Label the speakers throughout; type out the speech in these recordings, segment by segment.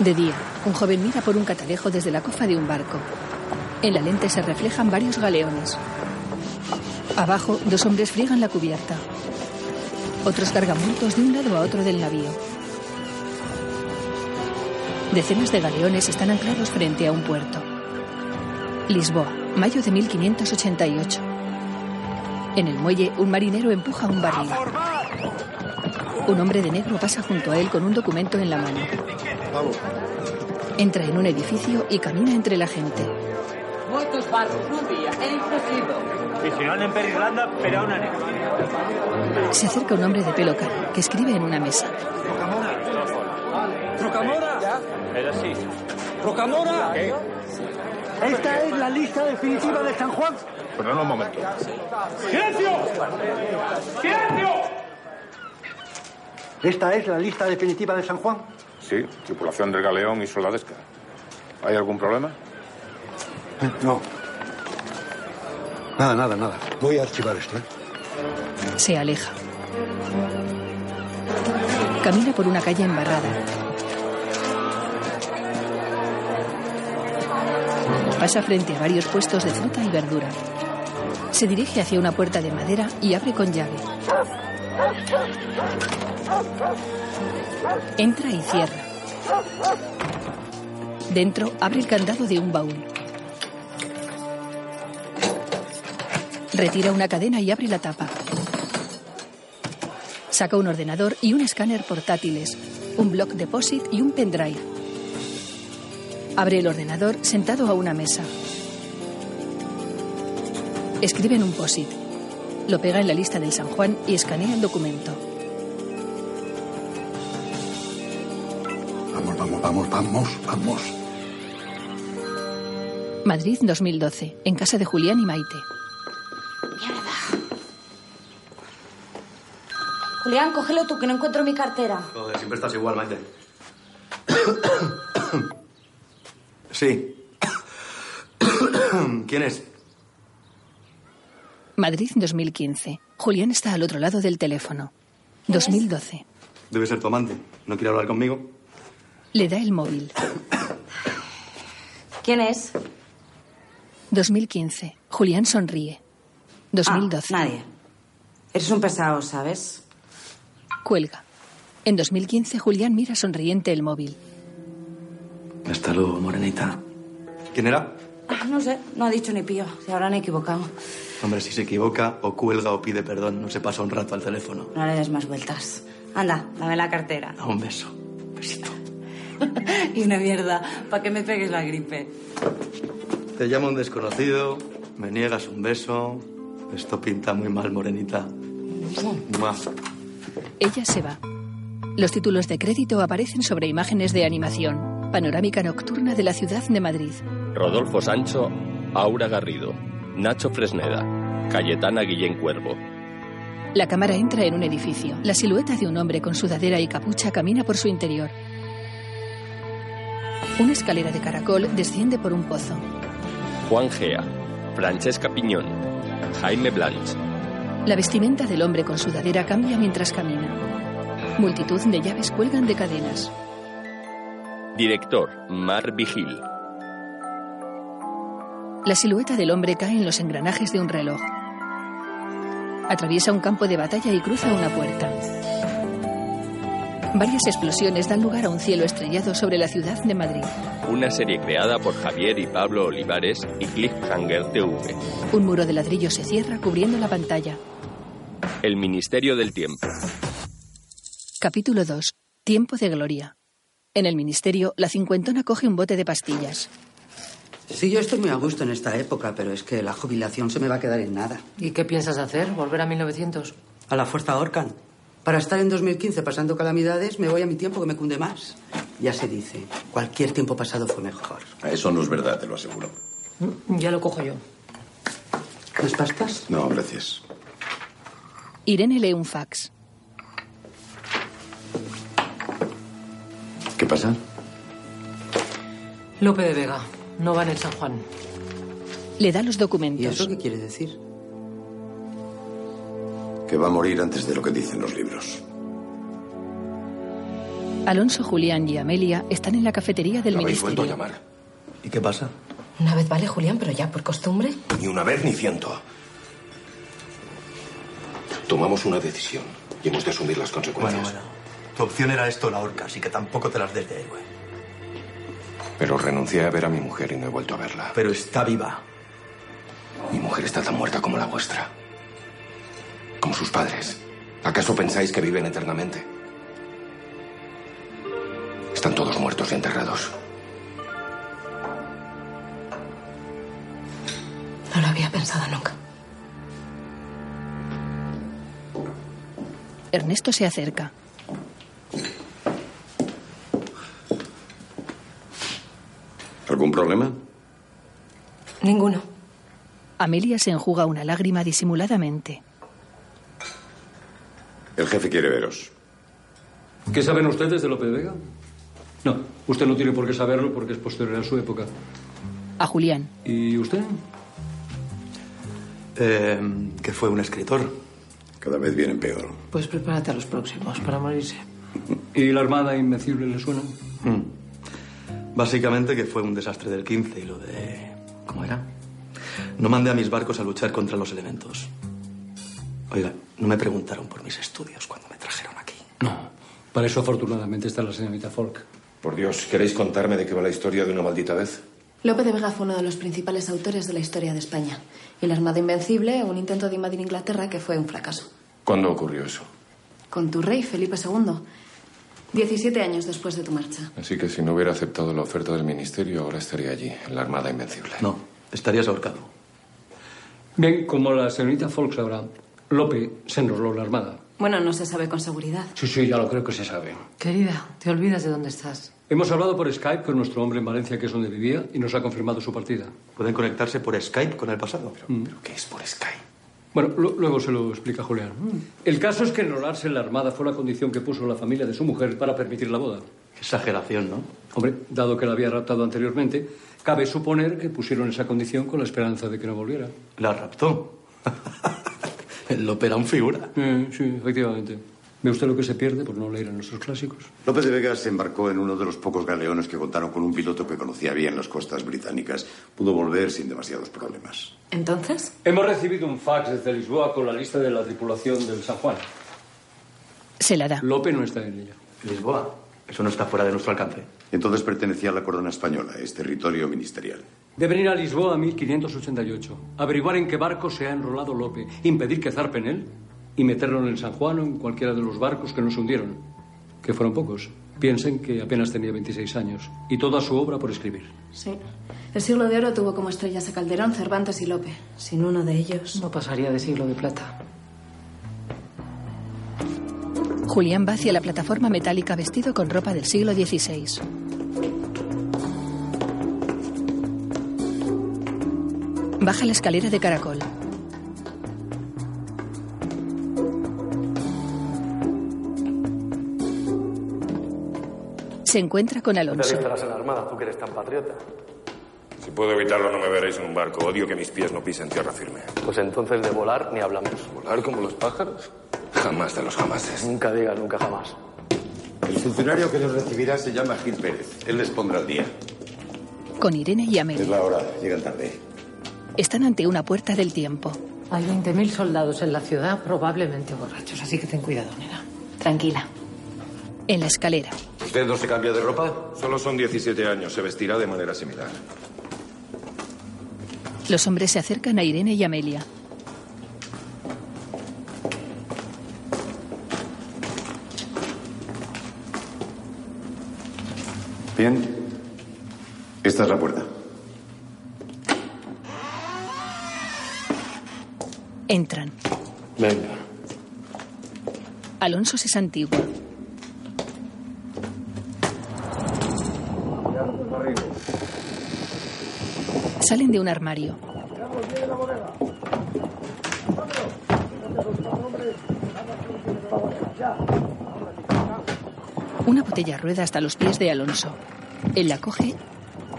Speaker 1: De día, un joven mira por un catalejo desde la cofa de un barco. En la lente se reflejan varios galeones. Abajo, dos hombres friegan la cubierta. Otros cargan bultos de un lado a otro del navío. Decenas de galeones están anclados frente a un puerto. Lisboa, mayo de 1588. En el muelle, un marinero empuja un barril. Un hombre de negro pasa junto a él con un documento en la mano. Entra en un edificio y camina entre la gente.
Speaker 2: Muitos barcos no dia, é impossível.
Speaker 3: Vigilan per Irlanda, pero aún
Speaker 1: Se acerca un hombre de pelo caro que escribe en una mesa.
Speaker 4: ¡Rocamora!
Speaker 3: Era así.
Speaker 4: ¡Rocamora!
Speaker 5: Esta es la lista definitiva de San Juan.
Speaker 6: Perdón un momento.
Speaker 4: ¡Silencio! ¡Silencio!
Speaker 5: Esta es la lista definitiva de San Juan.
Speaker 6: Sí, tripulación del galeón y soldadesca. ¿Hay algún problema?
Speaker 5: Eh, No. Nada, nada, nada. Voy a archivar esto. ¿eh?
Speaker 1: Se aleja. Camina por una calle embarrada. Pasa frente a varios puestos de fruta y verdura. Se dirige hacia una puerta de madera y abre con llave. Entra y cierra. Dentro abre el candado de un baúl. Retira una cadena y abre la tapa. Saca un ordenador y un escáner portátiles, un block deposit y un pendrive. Abre el ordenador sentado a una mesa. Escribe en un POSIT. Lo pega en la lista del San Juan y escanea el documento.
Speaker 5: Vamos, vamos, vamos, vamos, vamos.
Speaker 1: Madrid 2012, en casa de Julián y Maite.
Speaker 7: Julián, cógelo tú, que no encuentro mi cartera.
Speaker 8: Joder, siempre estás igual, Maite. Sí. ¿Quién es?
Speaker 1: Madrid 2015. Julián está al otro lado del teléfono. 2012.
Speaker 8: Debe ser tu amante. ¿No quiere hablar conmigo?
Speaker 1: Le da el móvil.
Speaker 7: ¿Quién es?
Speaker 1: 2015. Julián sonríe. 2012.
Speaker 7: Ah, nadie. Eres un pesado, ¿sabes?
Speaker 1: Cuelga. En 2015, Julián mira sonriente el móvil.
Speaker 8: Hasta luego, morenita. ¿Quién era?
Speaker 7: Ah, no sé, no ha dicho ni pío. Se habrán equivocado.
Speaker 8: Hombre, si se equivoca, o cuelga o pide perdón, no se pasa un rato al teléfono.
Speaker 7: No le des más vueltas. Anda, dame la cartera.
Speaker 8: Da un beso.
Speaker 7: y una mierda, para que me pegues la gripe.
Speaker 8: Te llama un desconocido, me niegas un beso. Esto pinta muy mal, morenita. Mua.
Speaker 1: Ella se va. Los títulos de crédito aparecen sobre imágenes de animación. Panorámica nocturna de la ciudad de Madrid.
Speaker 9: Rodolfo Sancho, Aura Garrido, Nacho Fresneda, Cayetana Guillén Cuervo.
Speaker 1: La cámara entra en un edificio. La silueta de un hombre con sudadera y capucha camina por su interior. Una escalera de caracol desciende por un pozo.
Speaker 9: Juan Gea, Francesca Piñón, Jaime Blanch.
Speaker 1: La vestimenta del hombre con sudadera cambia mientras camina. Multitud de llaves cuelgan de cadenas.
Speaker 9: Director, Mar Vigil.
Speaker 1: La silueta del hombre cae en los engranajes de un reloj. Atraviesa un campo de batalla y cruza una puerta. Varias explosiones dan lugar a un cielo estrellado sobre la ciudad de Madrid.
Speaker 9: Una serie creada por Javier y Pablo Olivares y Cliffhanger TV.
Speaker 1: Un muro de ladrillo se cierra cubriendo la pantalla.
Speaker 9: El Ministerio del Tiempo.
Speaker 1: Capítulo 2. Tiempo de gloria. En el ministerio, la cincuentona coge un bote de pastillas.
Speaker 10: Sí, yo estoy muy a gusto en esta época, pero es que la jubilación se me va a quedar en nada.
Speaker 2: ¿Y qué piensas hacer? ¿Volver a 1900?
Speaker 10: A la fuerza Orcan. Para estar en 2015 pasando calamidades, me voy a mi tiempo que me cunde más. Ya se dice, cualquier tiempo pasado fue mejor.
Speaker 11: Eso no es verdad, te lo aseguro.
Speaker 2: Ya lo cojo yo.
Speaker 10: ¿Las pastas?
Speaker 11: No, gracias.
Speaker 1: Irene lee un fax.
Speaker 11: ¿Qué pasa?
Speaker 2: Lope de Vega. No va en el San Juan.
Speaker 1: Le da los documentos.
Speaker 10: ¿Y eso qué quiere decir?
Speaker 11: Que va a morir antes de lo que dicen los libros.
Speaker 1: Alonso, Julián y Amelia están en la cafetería del
Speaker 6: ¿La habéis vuelto a
Speaker 1: ministerio.
Speaker 6: llamar?
Speaker 8: ¿Y qué pasa?
Speaker 7: Una vez vale, Julián, pero ya por costumbre.
Speaker 6: Ni una vez ni ciento. Tomamos una decisión y hemos de asumir las consecuencias.
Speaker 8: Tu opción era esto, la horca, así que tampoco te las des de héroe.
Speaker 6: Pero renuncié a ver a mi mujer y no he vuelto a verla.
Speaker 8: Pero está viva.
Speaker 6: Mi mujer está tan muerta como la vuestra. Como sus padres. ¿Acaso pensáis que viven eternamente? Están todos muertos y enterrados.
Speaker 7: No lo había pensado nunca.
Speaker 1: Ernesto se acerca.
Speaker 6: ¿Algún problema?
Speaker 7: Ninguno.
Speaker 1: Amelia se enjuga una lágrima disimuladamente.
Speaker 6: El jefe quiere veros.
Speaker 12: ¿Qué saben ustedes de Lope de Vega? No, usted no tiene por qué saberlo porque es posterior a su época.
Speaker 1: A Julián.
Speaker 12: ¿Y usted?
Speaker 8: Eh, que fue un escritor.
Speaker 6: Cada vez vienen peor.
Speaker 2: Pues prepárate a los próximos para morirse.
Speaker 12: ¿Y la Armada Invencible le suena?
Speaker 8: Mm. Básicamente que fue un desastre del 15 y lo de... ¿Cómo era? No mandé a mis barcos a luchar contra los elementos. Oiga, no me preguntaron por mis estudios cuando me trajeron aquí.
Speaker 12: No. Para eso afortunadamente está la señorita Folk.
Speaker 6: Por Dios, ¿queréis contarme de qué va la historia de una maldita vez?
Speaker 7: Lope de Vega fue uno de los principales autores de la historia de España. Y la Armada Invencible, un intento de invadir Inglaterra que fue un fracaso.
Speaker 6: ¿Cuándo ocurrió eso?
Speaker 7: Con tu rey, Felipe II. 17 años después de tu marcha.
Speaker 6: Así que si no hubiera aceptado la oferta del ministerio, ahora estaría allí, en la Armada Invencible.
Speaker 8: No, estarías ahorcado.
Speaker 12: Bien, como la señorita Folk sabrá, Lope se enroló en la Armada.
Speaker 7: Bueno, no se sabe con seguridad.
Speaker 12: Sí, sí, ya lo creo que se sabe.
Speaker 2: Querida, te olvidas de dónde estás.
Speaker 12: Hemos hablado por Skype con nuestro hombre en Valencia, que es donde vivía, y nos ha confirmado su partida.
Speaker 8: Pueden conectarse por Skype con el pasado. Pero,
Speaker 6: ¿Qué es por Skype?
Speaker 12: Bueno, lo- luego se lo explica Julián. El caso es que enrolarse en la Armada fue la condición que puso la familia de su mujer para permitir la boda.
Speaker 8: Exageración, ¿no?
Speaker 12: Hombre, dado que la había raptado anteriormente, cabe suponer que pusieron esa condición con la esperanza de que no volviera.
Speaker 8: La raptó. El Lope era un figura.
Speaker 12: Eh, sí, efectivamente. ¿Ve usted lo que se pierde por no leer a nuestros clásicos?
Speaker 6: López de Vega se embarcó en uno de los pocos galeones que contaron con un piloto que conocía bien las costas británicas. Pudo volver sin demasiados problemas.
Speaker 7: ¿Entonces?
Speaker 12: Hemos recibido un fax desde Lisboa con la lista de la tripulación del San Juan.
Speaker 1: Se la da.
Speaker 12: Lope no está en ella.
Speaker 8: Lisboa. Eso no está fuera de nuestro alcance.
Speaker 6: Entonces pertenecía a la corona española, es territorio ministerial.
Speaker 12: Deben ir a Lisboa a 1588, averiguar en qué barco se ha enrolado Lope, impedir que zarpen él y meterlo en el San Juan o en cualquiera de los barcos que nos hundieron, que fueron pocos. Piensen que apenas tenía 26 años y toda su obra por escribir.
Speaker 7: Sí. El siglo de oro tuvo como estrellas a Calderón, Cervantes y Lope. Sin uno de ellos.
Speaker 2: No pasaría de siglo de plata.
Speaker 1: Julián va hacia la plataforma metálica vestido con ropa del siglo XVI. Baja la escalera de caracol. Se encuentra con Alonso.
Speaker 6: en la Armada, tú que eres tan patriota. Si puedo evitarlo, no me veréis en un barco. Odio que mis pies no pisen tierra firme.
Speaker 13: Pues entonces de volar ni hablamos.
Speaker 6: ¿Volar como los pájaros? Jamás de los jamases.
Speaker 13: Nunca digas nunca jamás.
Speaker 6: El funcionario que los recibirá se llama Gil Pérez. Él les pondrá el día.
Speaker 1: Con Irene y
Speaker 6: Es
Speaker 1: Amelia.
Speaker 6: la hora, llegan tarde.
Speaker 1: Están ante una puerta del tiempo.
Speaker 2: Hay 20.000 soldados en la ciudad, probablemente borrachos, así que ten cuidado, nena.
Speaker 1: Tranquila. En la escalera.
Speaker 6: ¿Usted no se cambia de ropa? Solo son 17 años, se vestirá de manera similar.
Speaker 1: Los hombres se acercan a Irene y Amelia.
Speaker 6: Bien. Esta es la puerta.
Speaker 1: Entran.
Speaker 13: Venga.
Speaker 1: Alonso se santigua. Salen de un armario. Una botella rueda hasta los pies de Alonso. Él la coge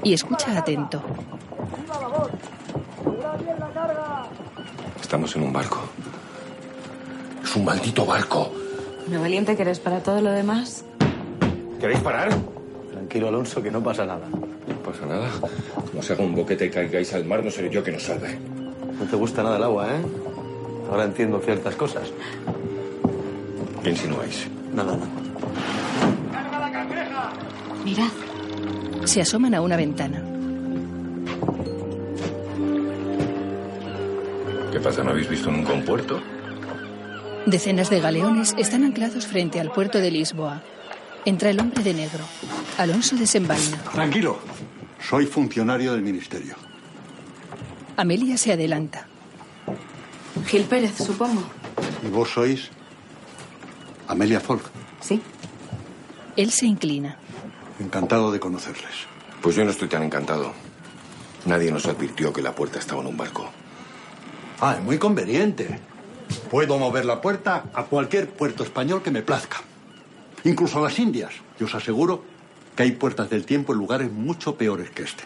Speaker 1: y escucha atento.
Speaker 6: Estamos en un barco. Es un maldito barco.
Speaker 14: Lo valiente que eres para todo lo demás.
Speaker 6: ¿Qué ¿Queréis parar?
Speaker 8: Tranquilo, Alonso, que no pasa nada.
Speaker 6: No pasa nada. Como se haga un boquete y caigáis al mar, no seré yo que nos salve.
Speaker 8: No te gusta nada el agua, ¿eh? Ahora entiendo ciertas cosas.
Speaker 6: ¿Qué insinuáis?
Speaker 8: Nada, nada.
Speaker 1: Mirad. Se asoman a una ventana.
Speaker 6: ¿Qué pasa? ¿No habéis visto nunca un puerto?
Speaker 1: Decenas de galeones están anclados frente al puerto de Lisboa. Entra el hombre de negro. Alonso desenvaina.
Speaker 5: Tranquilo. Soy funcionario del ministerio.
Speaker 1: Amelia se adelanta.
Speaker 15: Gil Pérez, supongo.
Speaker 5: ¿Y vos sois? Amelia Folk.
Speaker 15: Sí.
Speaker 1: Él se inclina.
Speaker 5: Encantado de conocerles.
Speaker 6: Pues yo no estoy tan encantado. Nadie nos advirtió que la puerta estaba en un barco.
Speaker 5: Ah, es muy conveniente. Puedo mover la puerta a cualquier puerto español que me plazca. Incluso a las Indias. Y os aseguro que hay puertas del tiempo en lugares mucho peores que este.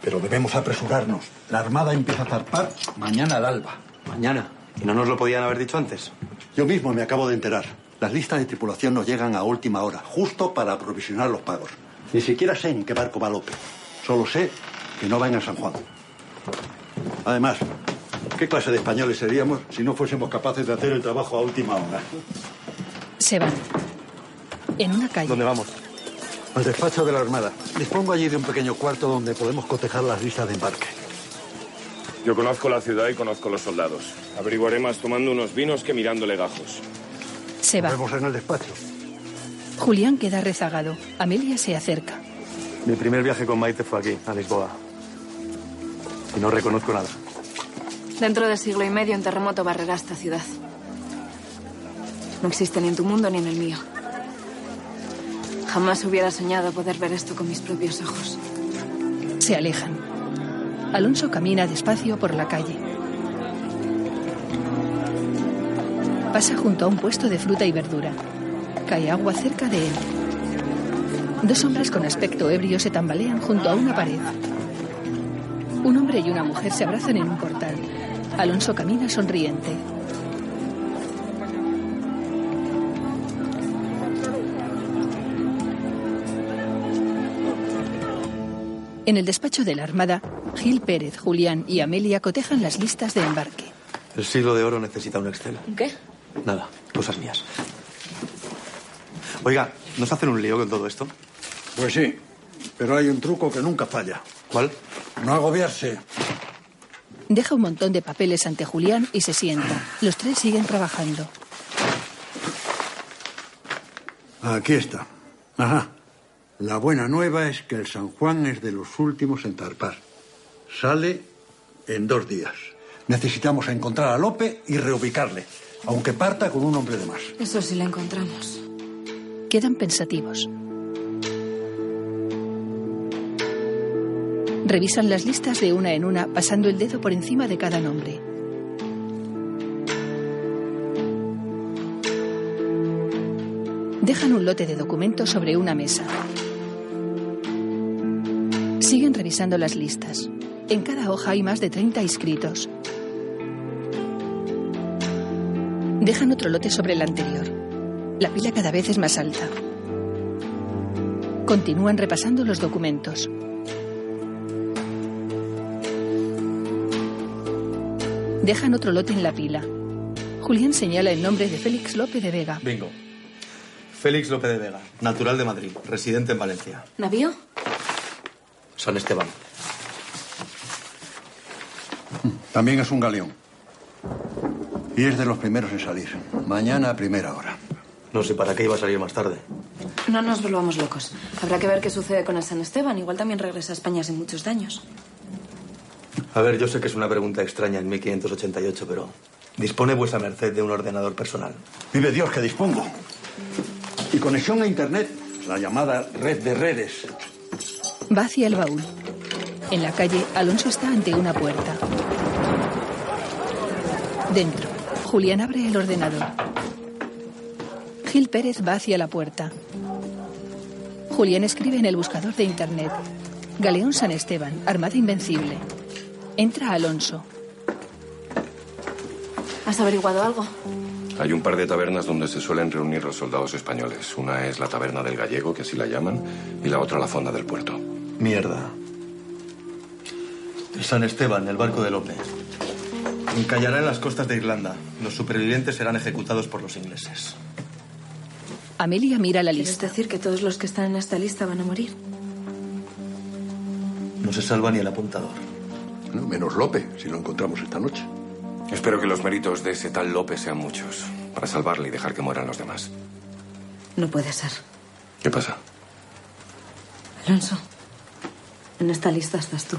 Speaker 5: Pero debemos apresurarnos. La armada empieza a zarpar mañana al alba.
Speaker 8: Mañana. ¿Y no nos lo podían haber dicho antes?
Speaker 5: Yo mismo me acabo de enterar. Las listas de tripulación nos llegan a última hora, justo para aprovisionar los pagos. Ni siquiera sé en qué barco va Lope. Solo sé que no van a San Juan. Además, ¿qué clase de españoles seríamos si no fuésemos capaces de hacer el trabajo a última hora?
Speaker 1: Se van. En una calle.
Speaker 8: ¿Dónde vamos?
Speaker 5: Al despacho de la Armada. Dispongo allí de un pequeño cuarto donde podemos cotejar las listas de embarque.
Speaker 6: Yo conozco la ciudad y conozco los soldados. Averiguaré más tomando unos vinos que mirando legajos.
Speaker 1: Se va.
Speaker 5: Nos vemos Pues en el despacho.
Speaker 1: Julián queda rezagado. Amelia se acerca.
Speaker 8: Mi primer viaje con Maite fue aquí, a Lisboa. Y no reconozco nada.
Speaker 15: Dentro de siglo y medio un terremoto barrerá esta ciudad. No existe ni en tu mundo ni en el mío. Jamás hubiera soñado poder ver esto con mis propios ojos.
Speaker 1: Se alejan. Alonso camina despacio por la calle. Pasa junto a un puesto de fruta y verdura. Cae agua cerca de él. Dos hombres con aspecto ebrio se tambalean junto a una pared. Un hombre y una mujer se abrazan en un portal. Alonso camina sonriente. En el despacho de la Armada, Gil Pérez, Julián y Amelia cotejan las listas de embarque.
Speaker 8: El siglo de oro necesita un Excel.
Speaker 15: ¿Qué?
Speaker 8: Nada, cosas mías. Oiga, ¿nos hacen un lío con todo esto?
Speaker 5: Pues sí, pero hay un truco que nunca falla.
Speaker 8: ¿Cuál?
Speaker 5: No agobiarse.
Speaker 1: Deja un montón de papeles ante Julián y se sienta. Los tres siguen trabajando.
Speaker 5: Aquí está. Ajá. La buena nueva es que el San Juan es de los últimos en tarpar. Sale en dos días. Necesitamos encontrar a Lope y reubicarle, aunque parta con un hombre de más.
Speaker 15: Eso sí lo encontramos.
Speaker 1: Quedan pensativos. Revisan las listas de una en una, pasando el dedo por encima de cada nombre. Dejan un lote de documentos sobre una mesa. Siguen revisando las listas. En cada hoja hay más de 30 inscritos. Dejan otro lote sobre el anterior. La pila cada vez es más alta. Continúan repasando los documentos. Dejan otro lote en la pila. Julián señala el nombre de Félix López de Vega.
Speaker 8: Bingo. Félix López de Vega, natural de Madrid, residente en Valencia.
Speaker 15: ¿Navío?
Speaker 8: San Esteban.
Speaker 5: También es un galeón. Y es de los primeros en salir. Mañana a primera hora.
Speaker 8: No sé para qué iba a salir más tarde.
Speaker 15: No nos volvamos locos. Habrá que ver qué sucede con el San Esteban. Igual también regresa a España sin muchos daños.
Speaker 8: A ver, yo sé que es una pregunta extraña en 1588, pero ¿dispone vuesa merced de un ordenador personal?
Speaker 5: Vive Dios que dispongo. Y conexión a Internet, la llamada red de redes.
Speaker 1: Va hacia el baúl. En la calle, Alonso está ante una puerta. Dentro, Julián abre el ordenador. Gil Pérez va hacia la puerta. Julián escribe en el buscador de Internet. Galeón San Esteban, Armada Invencible. Entra Alonso.
Speaker 15: ¿Has averiguado algo?
Speaker 6: Hay un par de tabernas donde se suelen reunir los soldados españoles. Una es la taberna del gallego, que así la llaman, y la otra la fonda del puerto.
Speaker 8: Mierda. El San Esteban, el barco de Lope. Encallará en las costas de Irlanda. Los supervivientes serán ejecutados por los ingleses.
Speaker 1: Amelia mira la
Speaker 15: ¿Quieres
Speaker 1: lista.
Speaker 15: decir que todos los que están en esta lista van a morir?
Speaker 8: No se salva ni el apuntador.
Speaker 5: Bueno, menos Lope, si lo encontramos esta noche.
Speaker 6: Espero que los méritos de ese tal López sean muchos, para salvarle y dejar que mueran los demás.
Speaker 16: No puede ser.
Speaker 6: ¿Qué pasa?
Speaker 16: Alonso, en esta lista estás tú.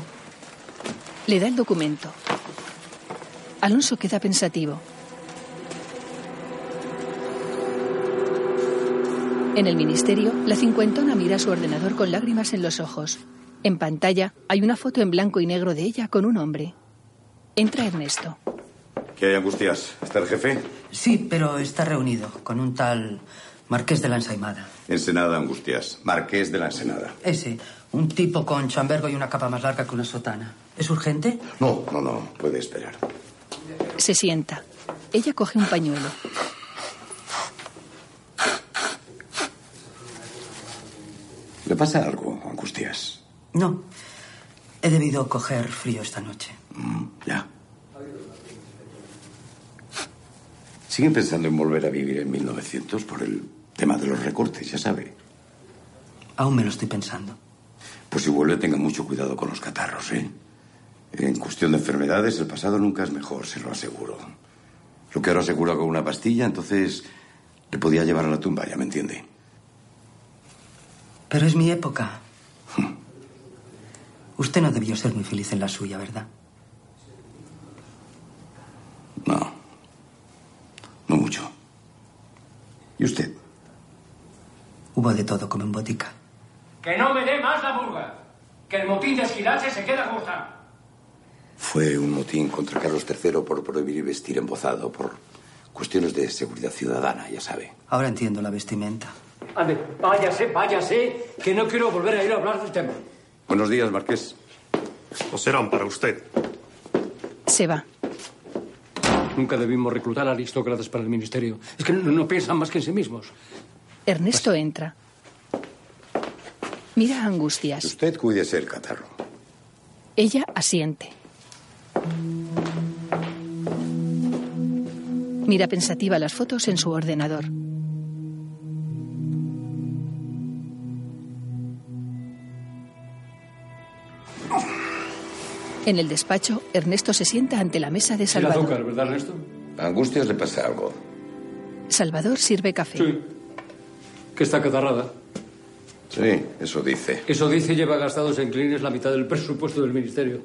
Speaker 1: Le da el documento. Alonso queda pensativo. En el ministerio, la cincuentona mira su ordenador con lágrimas en los ojos. En pantalla hay una foto en blanco y negro de ella con un hombre. Entra Ernesto.
Speaker 11: ¿Qué hay, Angustias? ¿Está el jefe?
Speaker 17: Sí, pero está reunido con un tal Marqués de la Ensaimada.
Speaker 11: Ensenada, Angustias. Marqués de la Ensenada.
Speaker 17: Ese, un tipo con chambergo y una capa más larga que una sotana. ¿Es urgente?
Speaker 11: No, no, no. Puede esperar.
Speaker 1: Se sienta. Ella coge un pañuelo.
Speaker 11: ¿Le pasa algo, Angustias?
Speaker 17: No. He debido coger frío esta noche.
Speaker 11: Ya. ¿Siguen pensando en volver a vivir en 1900 por el tema de los recortes, ya sabe?
Speaker 17: Aún me lo estoy pensando.
Speaker 11: Pues si vuelve, tenga mucho cuidado con los catarros, ¿eh? En cuestión de enfermedades, el pasado nunca es mejor, se lo aseguro. Lo que ahora asegura con una pastilla, entonces le podía llevar a la tumba, ya me entiende.
Speaker 17: Pero es mi época. Usted no debió ser muy feliz en la suya, ¿verdad?
Speaker 11: No. No mucho. ¿Y usted?
Speaker 17: Hubo de todo como en botica.
Speaker 18: Que no me dé más la burga. Que el motín de Esquilache se queda como está.
Speaker 11: Fue un motín contra Carlos III por prohibir vestir embozado, por cuestiones de seguridad ciudadana, ya sabe.
Speaker 17: Ahora entiendo la vestimenta.
Speaker 18: Ande, váyase, váyase, que no quiero volver a ir a hablar del tema.
Speaker 11: Buenos días, Marqués.
Speaker 12: O serán para usted.
Speaker 1: Se va.
Speaker 12: Nunca debimos reclutar aristócratas para el ministerio. Es que no, no piensan más que en sí mismos.
Speaker 1: Ernesto entra. Mira a Angustias.
Speaker 11: Usted cuídese el catarro.
Speaker 1: Ella asiente. Mira pensativa las fotos en su ordenador. En el despacho, Ernesto se sienta ante la mesa de Salvador.
Speaker 12: ¿verdad, Ernesto?
Speaker 11: A Angustias le pasa algo.
Speaker 1: Salvador sirve café.
Speaker 12: Que está catarrada.
Speaker 11: Sí, eso dice.
Speaker 12: Eso dice lleva gastados en clines la mitad del presupuesto del ministerio.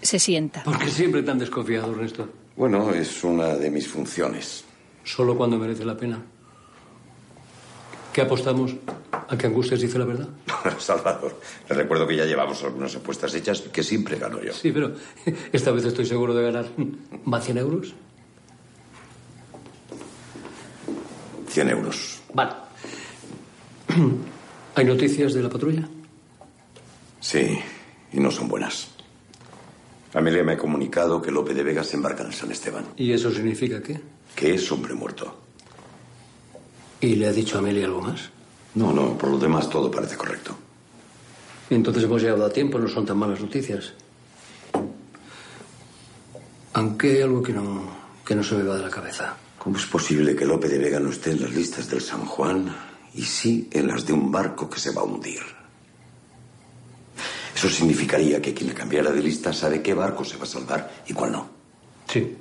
Speaker 1: Se sienta.
Speaker 12: ¿Por qué siempre tan desconfiado, Ernesto?
Speaker 11: Bueno, es una de mis funciones.
Speaker 12: Solo cuando merece la pena. ¿Qué apostamos? ¿A que Angustias dice la verdad?
Speaker 11: Salvador, le recuerdo que ya llevamos algunas apuestas hechas que siempre gano yo.
Speaker 12: Sí, pero esta vez estoy seguro de ganar. ¿Va 100 euros?
Speaker 11: 100 euros.
Speaker 12: Vale. ¿Hay noticias de la patrulla?
Speaker 11: Sí, y no son buenas. Amelia me ha comunicado que Lope de Vega se embarca en el San Esteban,
Speaker 12: ¿Y eso significa qué?
Speaker 11: que es hombre muerto.
Speaker 12: ¿Y le ha dicho a Amelia algo más?
Speaker 11: No, no, por lo demás todo parece correcto.
Speaker 12: Entonces hemos llegado a tiempo, no son tan malas noticias. Aunque hay algo que no, que no se me va de la cabeza.
Speaker 11: ¿Cómo es posible que Lope de Vega no esté en las listas del San Juan y sí en las de un barco que se va a hundir? Eso significaría que quien le cambiara de lista sabe qué barco se va a salvar y cuál no.
Speaker 12: Sí,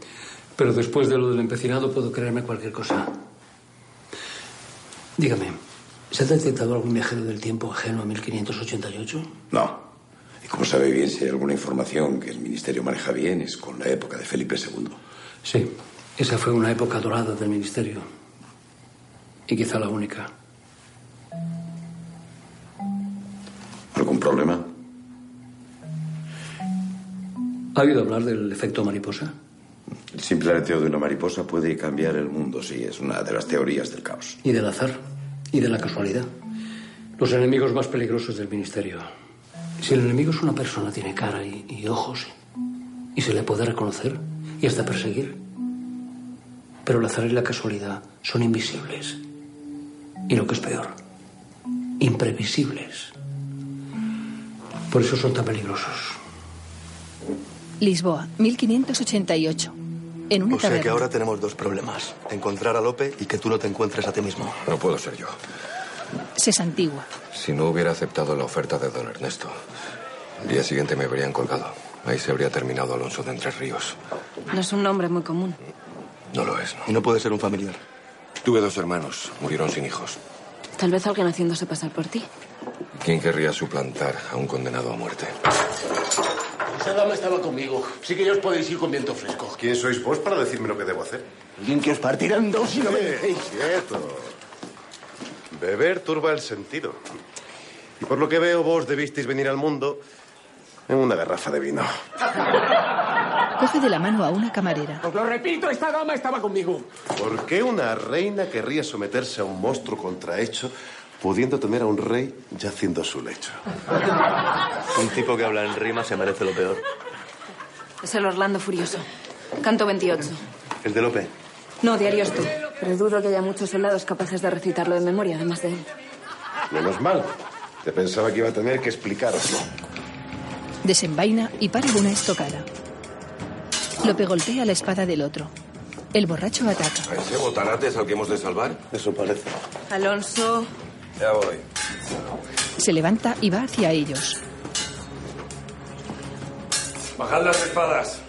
Speaker 12: pero después de lo del empecinado puedo creerme cualquier cosa. Dígame, ¿se ha detectado algún viajero del tiempo ajeno a 1588?
Speaker 11: No. Y como sabe bien, si hay alguna información que el Ministerio maneja bien es con la época de Felipe II.
Speaker 12: Sí, esa fue una época dorada del ministerio. Y quizá la única.
Speaker 11: ¿Algún problema?
Speaker 12: ¿Ha oído hablar del efecto mariposa?
Speaker 11: El simple aleteo de una mariposa puede cambiar el mundo, sí, es una de las teorías del caos.
Speaker 12: Y del azar. Y de la casualidad. Los enemigos más peligrosos del ministerio. Si el enemigo es una persona, tiene cara y, y ojos. Y se le puede reconocer y hasta perseguir. pero el azar y la casualidad son invisibles. Y lo que es peor, imprevisibles. Por eso son tan peligrosos.
Speaker 1: Lisboa, 1588. En una
Speaker 8: O sea que
Speaker 1: taberna.
Speaker 8: ahora tenemos dos problemas. Encontrar a Lope y que tú no te encuentres a ti mismo.
Speaker 6: No puedo ser yo.
Speaker 1: Se santigua.
Speaker 6: Si no hubiera aceptado la oferta de don Ernesto, el día siguiente me habrían colgado. Ahí se habría terminado Alonso de Entre Ríos.
Speaker 7: No es un nombre muy común.
Speaker 6: No lo es,
Speaker 8: Y no puede ser un familiar.
Speaker 6: Tuve dos hermanos, murieron sin hijos.
Speaker 7: Tal vez alguien haciéndose pasar por ti.
Speaker 6: ¿Quién querría suplantar a un condenado a muerte?
Speaker 19: Esa dama estaba conmigo. Sí que ya os podéis ir con viento fresco.
Speaker 20: ¿Quién sois vos para decirme lo que debo hacer?
Speaker 19: Alguien que os partirá en dos y no me
Speaker 20: Eh,
Speaker 19: dejéis.
Speaker 20: Quieto. Beber turba el sentido. Y por lo que veo, vos debisteis venir al mundo en una garrafa de vino.
Speaker 1: Coge de la mano a una camarera.
Speaker 19: Os lo repito, esta dama estaba conmigo.
Speaker 20: ¿Por qué una reina querría someterse a un monstruo contrahecho pudiendo tener a un rey yaciendo a su lecho?
Speaker 12: Un tipo que habla en rima se merece lo peor.
Speaker 7: Es el Orlando Furioso. Canto 28.
Speaker 12: El de Lope.
Speaker 7: No, diario es tú. Pero dudo que haya muchos soldados capaces de recitarlo de memoria, además de él.
Speaker 20: Menos mal. Te pensaba que iba a tener que explicaroslo.
Speaker 1: Desenvaina y para de una estocada. Lope golpea la espada del otro. El borracho ataca.
Speaker 6: ¿A ese botarate es al que hemos de salvar? Eso parece.
Speaker 7: Alonso.
Speaker 6: Ya voy.
Speaker 1: Se levanta y va hacia ellos.
Speaker 21: Bajad las espadas.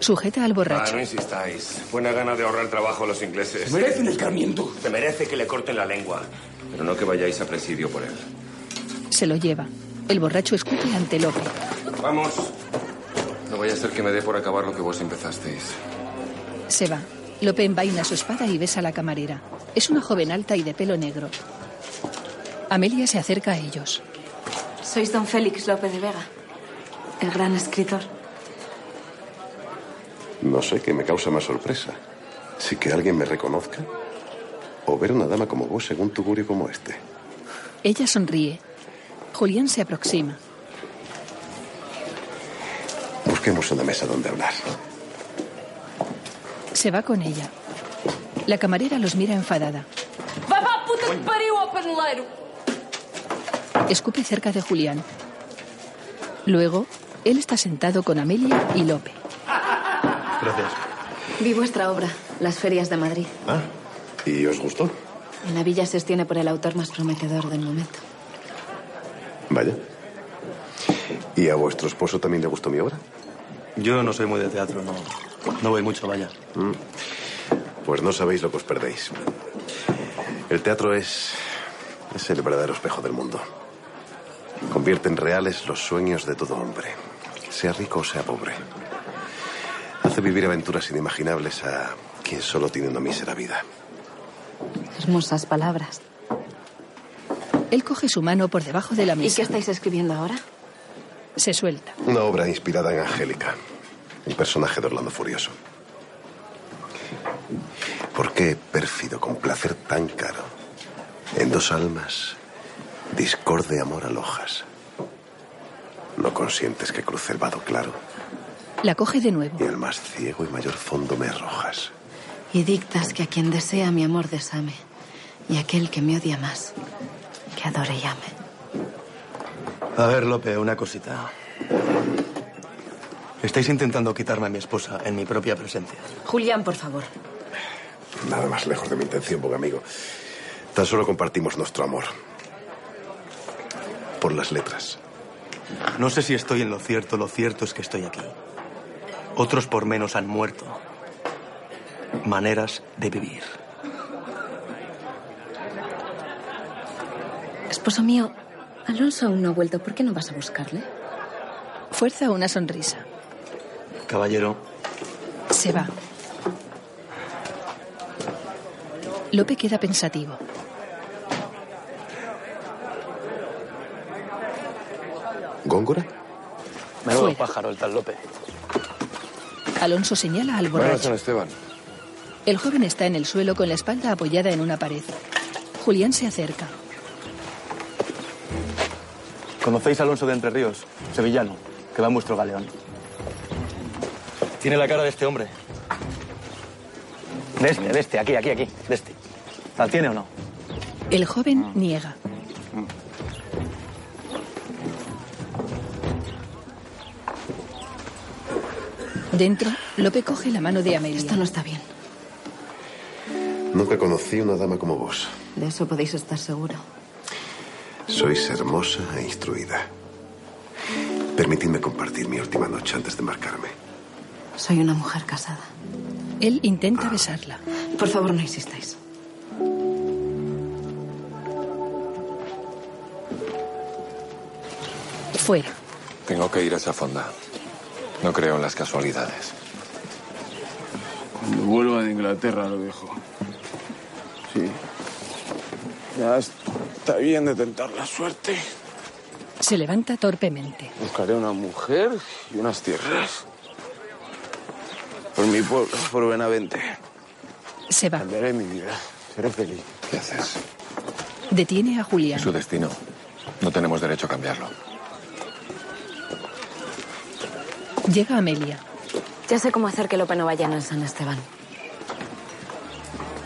Speaker 1: Sujeta al
Speaker 21: Ah,
Speaker 1: borracho.
Speaker 21: no insistáis. Buena gana de ahorrar trabajo a los ingleses.
Speaker 1: Se merece
Speaker 21: un escarmiento. Se merece que le corten la lengua.
Speaker 6: Pero no que vayáis a presidio por él.
Speaker 1: Se lo lleva. El borracho escupe ante Lope.
Speaker 6: Vamos. No vaya a ser que me dé por acabar lo que vos empezasteis.
Speaker 1: Se va. Lope envaina su espada y besa a la camarera. Es una joven alta y de pelo negro. Amelia se acerca a ellos.
Speaker 7: Sois don Félix López de Vega, el gran escritor.
Speaker 20: No sé qué me causa más sorpresa. Si que alguien me reconozca o ver a una dama como vos según tu gurio como este.
Speaker 1: Ella sonríe. Julián se aproxima.
Speaker 20: Busquemos una mesa donde hablar.
Speaker 1: Se va con ella. La camarera los mira enfadada.
Speaker 4: Vai para a puta que pariu,
Speaker 7: oh,
Speaker 4: ó paneleiro!
Speaker 1: Escupe cerca de Julián. Luego, él está sentado con Amelia y Lope.
Speaker 8: Gracias.
Speaker 7: Vi vuestra obra, Las Ferias de Madrid.
Speaker 20: Ah, ¿y os gustó?
Speaker 7: En la villa se extiende por el autor más prometedor del momento.
Speaker 20: Vaya. ¿Y a vuestro esposo también le gustó mi obra?
Speaker 8: Yo no soy muy de teatro, no. No voy mucho, vaya.
Speaker 20: Mm. Pues no sabéis lo que os perdéis. El teatro es. es el verdadero espejo del mundo. Convierte en reales los sueños de todo hombre, sea rico o sea pobre. Hace vivir aventuras inimaginables a quien solo tiene una mísera vida.
Speaker 7: Hermosas palabras.
Speaker 1: Él coge su mano por debajo de la mesa.
Speaker 7: ¿Y qué estáis escribiendo ahora?
Speaker 1: Se suelta.
Speaker 20: Una obra inspirada en Angélica, el personaje de Orlando Furioso. ¿Por qué pérfido con placer tan caro? En dos almas, discorde amor alojas. No consientes que cruce el vado claro
Speaker 1: La coge de nuevo.
Speaker 20: y el más ciego y mayor fondo me arrojas.
Speaker 7: Y dictas que a quien desea mi amor desame, y aquel que me odia más, que adore y ame.
Speaker 8: A ver, Lope, una cosita. Estáis intentando quitarme a mi esposa en mi propia presencia.
Speaker 7: Julián, por favor.
Speaker 20: Nada más lejos de mi intención, buen amigo. Tan solo compartimos nuestro amor. Por las letras.
Speaker 8: No sé si estoy en lo cierto, lo cierto es que estoy aquí. Otros por menos han muerto. Maneras de vivir.
Speaker 7: Esposo mío, Alonso aún no ha vuelto. ¿Por qué no vas a buscarle?
Speaker 1: Fuerza una sonrisa.
Speaker 8: Caballero,
Speaker 1: Se va. Lope queda pensativo.
Speaker 20: ¿Góngora?
Speaker 12: Menudo pájaro el tal Lope.
Speaker 1: Alonso señala al
Speaker 6: Bueno,
Speaker 1: borracho.
Speaker 6: San Esteban.
Speaker 1: El joven está en el suelo con la espalda apoyada en una pared. Julián se acerca.
Speaker 8: ¿conocéis a Alonso de Entre Ríos? Sevillano, que va en vuestro galeón. Tiene la cara de este hombre.
Speaker 3: De este, de este, aquí, aquí, aquí, de este. ¿La tiene o no?
Speaker 1: El joven niega. Dentro, Lope coge la mano de Amelia.
Speaker 16: Esto no está bien.
Speaker 20: Nunca conocí una dama como vos.
Speaker 16: De eso podéis estar seguro.
Speaker 20: Sois hermosa e instruida. Permitidme compartir mi última noche antes de marcarme.
Speaker 16: Soy una mujer casada.
Speaker 1: Él intenta besarla.
Speaker 16: Por favor, no insistáis.
Speaker 1: Fuera.
Speaker 6: Tengo que ir a esa fonda. No creo en las casualidades.
Speaker 10: Cuando vuelva de Inglaterra lo dejo. Sí. Ya está bien de tentar la suerte.
Speaker 1: Se levanta torpemente.
Speaker 10: Buscaré una mujer y unas tierras. Por mi pueblo, por Benavente.
Speaker 1: Se va.
Speaker 10: Cambiaré mi vida. Seré feliz.
Speaker 6: ¿Qué haces?
Speaker 1: Detiene a Julián.
Speaker 6: Es su destino. No tenemos derecho a cambiarlo.
Speaker 1: Llega Amelia.
Speaker 16: Ya sé cómo hacer que Lope no vaya a San Esteban.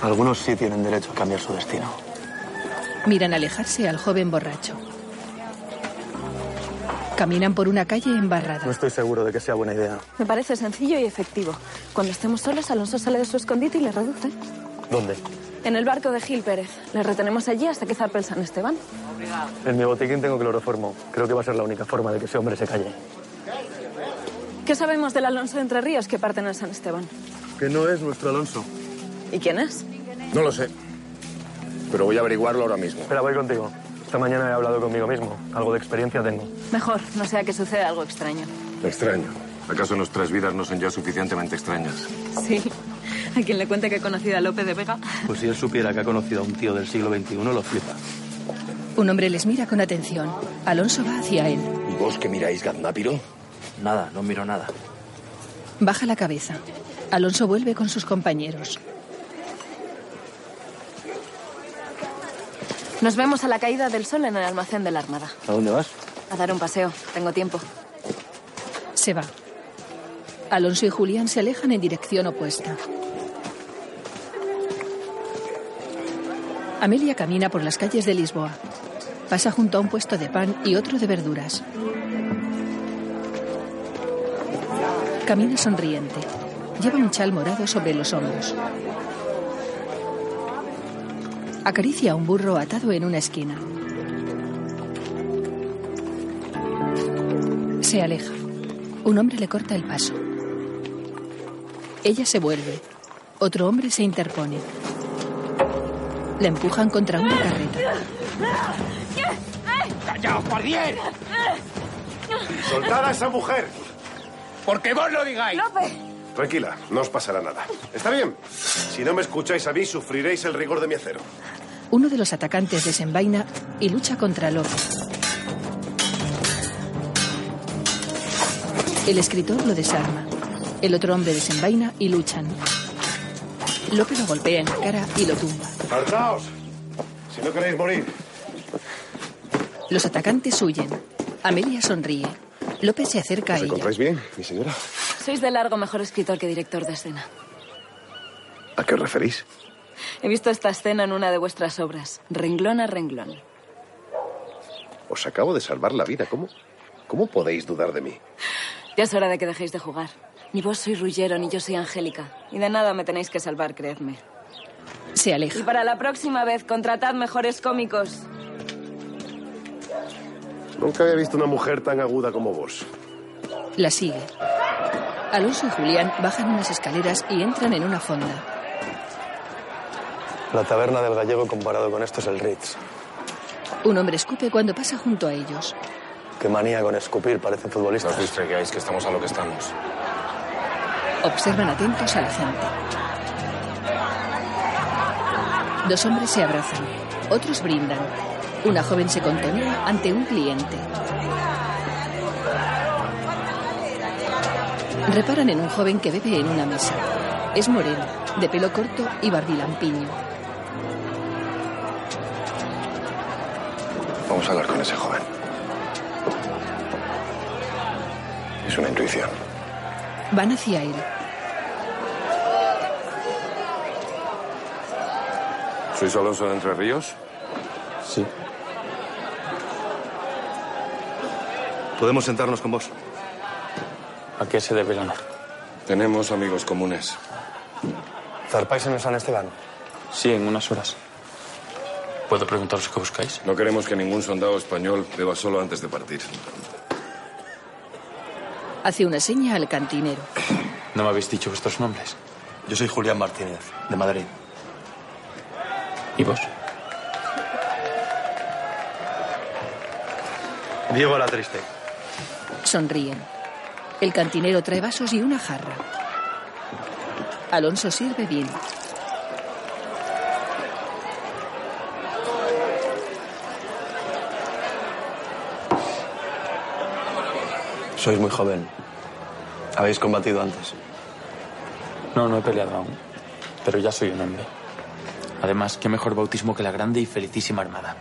Speaker 3: Algunos sí tienen derecho a cambiar su destino.
Speaker 1: Miran alejarse al joven borracho. Caminan por una calle embarrada.
Speaker 3: No estoy seguro de que sea buena idea.
Speaker 7: Me parece sencillo y efectivo. Cuando estemos solos, Alonso sale de su escondite y le reduce.
Speaker 3: ¿Dónde?
Speaker 7: En el barco de Gil Pérez. Le retenemos allí hasta que zarpe el San Esteban.
Speaker 3: En mi botiquín tengo cloroformo. Creo que va a ser la única forma de que ese hombre se calle.
Speaker 7: ¿Qué sabemos del Alonso de Entre Ríos que parte en el San Esteban?
Speaker 3: Que no es nuestro Alonso.
Speaker 7: ¿Y quién es?
Speaker 22: No lo sé. Pero voy a averiguarlo ahora mismo.
Speaker 3: Espera, voy contigo. Esta mañana he hablado conmigo mismo. Algo de experiencia tengo.
Speaker 7: Mejor, no sea que suceda algo extraño.
Speaker 6: Extraño. ¿Acaso nuestras vidas no son ya suficientemente extrañas?
Speaker 7: Sí. A quien le cuente que he conocido a Lope de Vega.
Speaker 8: Pues si él supiera que ha conocido a un tío del siglo XXI, lo flipa.
Speaker 1: Un hombre les mira con atención. Alonso va hacia él.
Speaker 22: ¿Y vos qué miráis, Gaznápiro?
Speaker 13: Nada, no miro nada.
Speaker 1: Baja la cabeza. Alonso vuelve con sus compañeros.
Speaker 7: Nos vemos a la caída del sol en el almacén de la Armada.
Speaker 13: ¿A dónde vas?
Speaker 7: A dar un paseo. Tengo tiempo.
Speaker 1: Se va. Alonso y Julián se alejan en dirección opuesta. Amelia camina por las calles de Lisboa. Pasa junto a un puesto de pan y otro de verduras. Camina sonriente. Lleva un chal morado sobre los hombros. Acaricia a un burro atado en una esquina. Se aleja. Un hombre le corta el paso. Ella se vuelve. Otro hombre se interpone. La empujan contra una carreta.
Speaker 22: ¡Callaos, guardián!
Speaker 20: ¡Soltad a esa mujer!
Speaker 22: ¡Porque vos lo digáis!
Speaker 7: ¡Lope!
Speaker 20: Tranquila, no os pasará nada. ¿Está bien? Si no me escucháis a mí, sufriréis el rigor de mi acero.
Speaker 1: Uno de los atacantes desenvaina y lucha contra Lope. El escritor lo desarma. El otro hombre desenvaina y luchan. Lope lo golpea en la cara y lo tumba.
Speaker 20: ¡Alzaos! Si no queréis morir.
Speaker 1: Los atacantes huyen. Amelia sonríe. López se acerca a
Speaker 20: ¿Os
Speaker 1: ella.
Speaker 20: encontráis bien, mi señora?
Speaker 7: Sois de largo mejor escritor que director de escena.
Speaker 20: ¿A qué os referís?
Speaker 7: He visto esta escena en una de vuestras obras, renglón a renglón.
Speaker 20: Os acabo de salvar la vida. ¿Cómo? ¿Cómo podéis dudar de mí?
Speaker 7: Ya es hora de que dejéis de jugar. Ni vos sois Ruggiero, ni yo soy Angélica. Y de nada me tenéis que salvar, creedme.
Speaker 1: Se aleja.
Speaker 7: Y para la próxima vez, contratad mejores cómicos.
Speaker 20: Nunca había visto una mujer tan aguda como vos.
Speaker 1: La sigue. Alonso y Julián bajan unas escaleras y entran en una fonda.
Speaker 3: La taberna del gallego comparado con esto es el Ritz.
Speaker 1: Un hombre escupe cuando pasa junto a ellos.
Speaker 3: Qué manía con escupir, parece futbolista.
Speaker 6: No os distraigáis, que estamos a lo que estamos.
Speaker 1: Observan atentos a la gente. Dos hombres se abrazan, otros brindan. Una joven se contonea ante un cliente. Reparan en un joven que bebe en una mesa. Es moreno, de pelo corto y barbilampiño.
Speaker 6: Vamos a hablar con ese joven. Es una intuición.
Speaker 1: Van hacia él.
Speaker 6: ¿Sois Alonso de Entre Ríos?
Speaker 3: Sí.
Speaker 6: Podemos sentarnos con vos. ¿A qué se debe el honor? Tenemos amigos comunes.
Speaker 3: ¿Zarpáis en el San Esteban?
Speaker 13: Sí, en unas horas. ¿Puedo preguntaros qué buscáis?
Speaker 6: No queremos que ningún soldado español beba solo antes de partir.
Speaker 1: Hace una seña al cantinero.
Speaker 13: No me habéis dicho vuestros nombres.
Speaker 8: Yo soy Julián Martínez, de Madrid.
Speaker 13: ¿Y vos?
Speaker 8: Diego la Triste.
Speaker 1: Sonríen. El cantinero trae vasos y una jarra. Alonso sirve bien.
Speaker 8: Sois muy joven. Habéis combatido antes.
Speaker 13: No, no he peleado aún. Pero ya soy un hombre. Además, qué mejor bautismo que la grande y felicísima armada.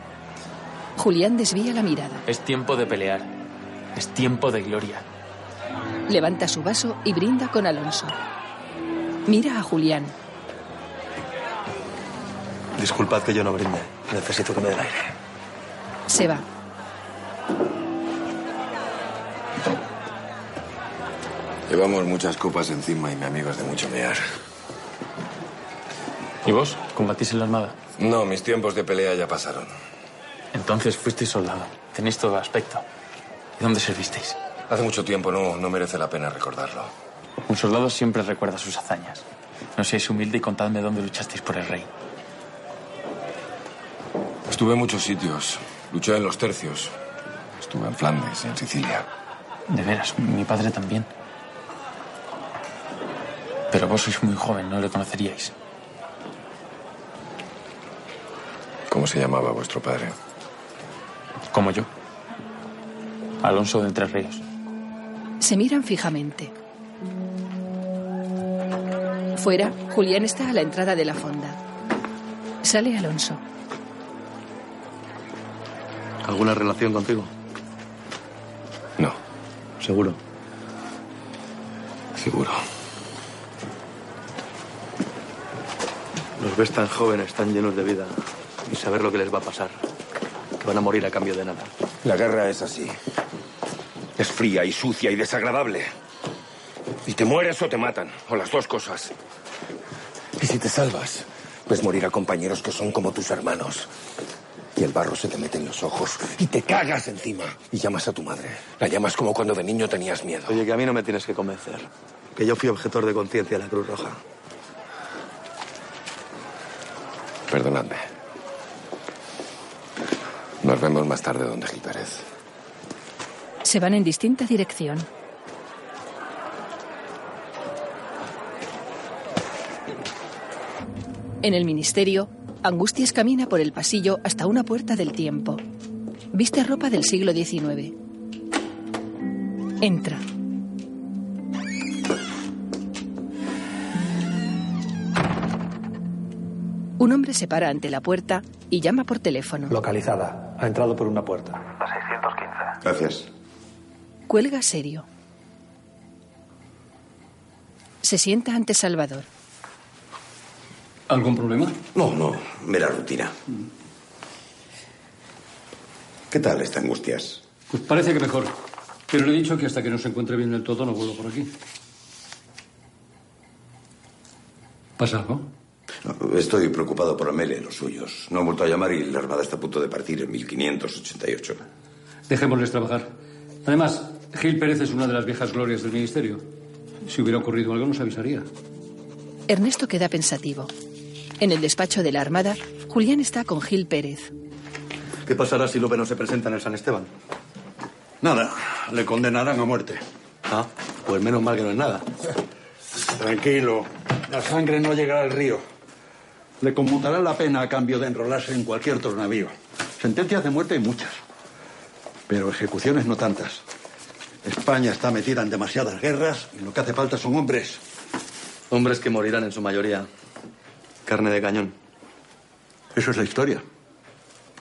Speaker 1: Julián desvía la mirada.
Speaker 13: Es tiempo de pelear. Es tiempo de gloria.
Speaker 1: Levanta su vaso y brinda con Alonso. Mira a Julián.
Speaker 8: Disculpad que yo no brinde. Necesito que me den aire.
Speaker 1: Se va.
Speaker 6: Llevamos muchas copas encima y mi amigo es de mucho mear.
Speaker 13: ¿Y vos? ¿Combatís en la armada?
Speaker 6: No, mis tiempos de pelea ya pasaron.
Speaker 13: Entonces fuisteis soldado. Tenéis todo aspecto. ¿Y dónde servisteis?
Speaker 6: Hace mucho tiempo no, no merece la pena recordarlo.
Speaker 13: Un soldado siempre recuerda sus hazañas. No seáis humilde y contadme dónde luchasteis por el rey.
Speaker 6: Estuve en muchos sitios. Luché en los tercios. Estuve en Flandes, en Sicilia.
Speaker 13: De veras, mi padre también. Pero vos sois muy joven, no le conoceríais.
Speaker 6: ¿Cómo se llamaba vuestro padre?
Speaker 13: Como yo. Alonso de Entre Ríos.
Speaker 1: Se miran fijamente. Fuera, Julián está a la entrada de la fonda. Sale Alonso.
Speaker 8: ¿Alguna relación contigo?
Speaker 6: No.
Speaker 8: Seguro.
Speaker 6: Seguro.
Speaker 8: Los ves tan jóvenes, tan llenos de vida y saber lo que les va a pasar. Que van a morir a cambio de nada.
Speaker 22: La guerra es así. Es fría y sucia y desagradable. Y te mueres o te matan, o las dos cosas. Y si te salvas, ves morir a compañeros que son como tus hermanos. Y el barro se te mete en los ojos y te cagas encima. Y llamas a tu madre. La llamas como cuando de niño tenías miedo.
Speaker 8: Oye, que a mí no me tienes que convencer. Que yo fui objetor de conciencia de la Cruz Roja.
Speaker 6: Perdonadme. Nos vemos más tarde, donde Gil Pérez.
Speaker 1: Se van en distinta dirección. En el ministerio, Angustias camina por el pasillo hasta una puerta del tiempo. Viste ropa del siglo XIX. Entra. Un hombre se para ante la puerta y llama por teléfono.
Speaker 3: Localizada. Ha entrado por una puerta.
Speaker 4: La 615.
Speaker 11: Gracias.
Speaker 1: Cuelga serio. Se sienta ante Salvador.
Speaker 12: ¿Algún problema?
Speaker 11: No, no, mera rutina. ¿Qué tal esta angustias?
Speaker 12: Pues parece que mejor. Pero le he dicho que hasta que no se encuentre bien del todo no vuelvo por aquí. ¿Pasa algo?
Speaker 11: No, Estoy preocupado por Amel y los suyos. No han vuelto a llamar y la armada está a punto de partir en 1588.
Speaker 12: Dejémosles trabajar. Además, Gil Pérez es una de las viejas glorias del ministerio. Si hubiera ocurrido algo, nos avisaría.
Speaker 1: Ernesto queda pensativo. En el despacho de la Armada, Julián está con Gil Pérez.
Speaker 8: ¿Qué pasará si Lope no se presenta en el San Esteban?
Speaker 5: Nada, le condenarán a muerte.
Speaker 8: Ah, pues menos mal que no es nada.
Speaker 5: Tranquilo, la sangre no llegará al río. Le conmutará la pena a cambio de enrolarse en cualquier otro navío. Sentencias de muerte hay muchas, pero ejecuciones no tantas. España está metida en demasiadas guerras y lo que hace falta son hombres.
Speaker 8: Hombres que morirán en su mayoría. Carne de cañón.
Speaker 5: Eso es la historia.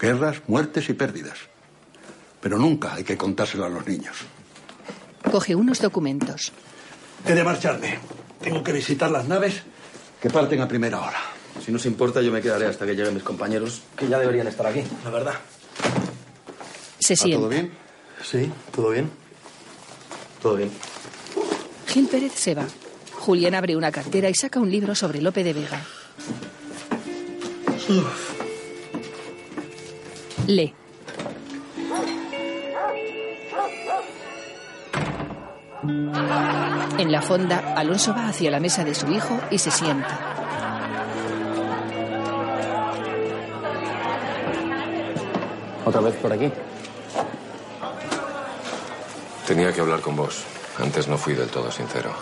Speaker 5: Guerras, muertes y pérdidas. Pero nunca hay que contárselo a los niños.
Speaker 1: Coge unos documentos.
Speaker 5: He de marcharme. Tengo que visitar las naves que parten a primera hora.
Speaker 8: Si no os importa, yo me quedaré hasta que lleguen mis compañeros, que ya deberían estar aquí, la verdad.
Speaker 1: Se
Speaker 8: ¿Está
Speaker 1: sienta.
Speaker 8: ¿Ah, ¿Todo bien? Sí, todo bien. Todo bien.
Speaker 1: Gil Pérez se va. Julián abre una cartera y saca un libro sobre Lope de Vega. Lee. En la fonda, Alonso va hacia la mesa de su hijo y se sienta.
Speaker 13: Otra vez por aquí.
Speaker 6: Tenía que hablar con vos. Antes no fui del todo sincero.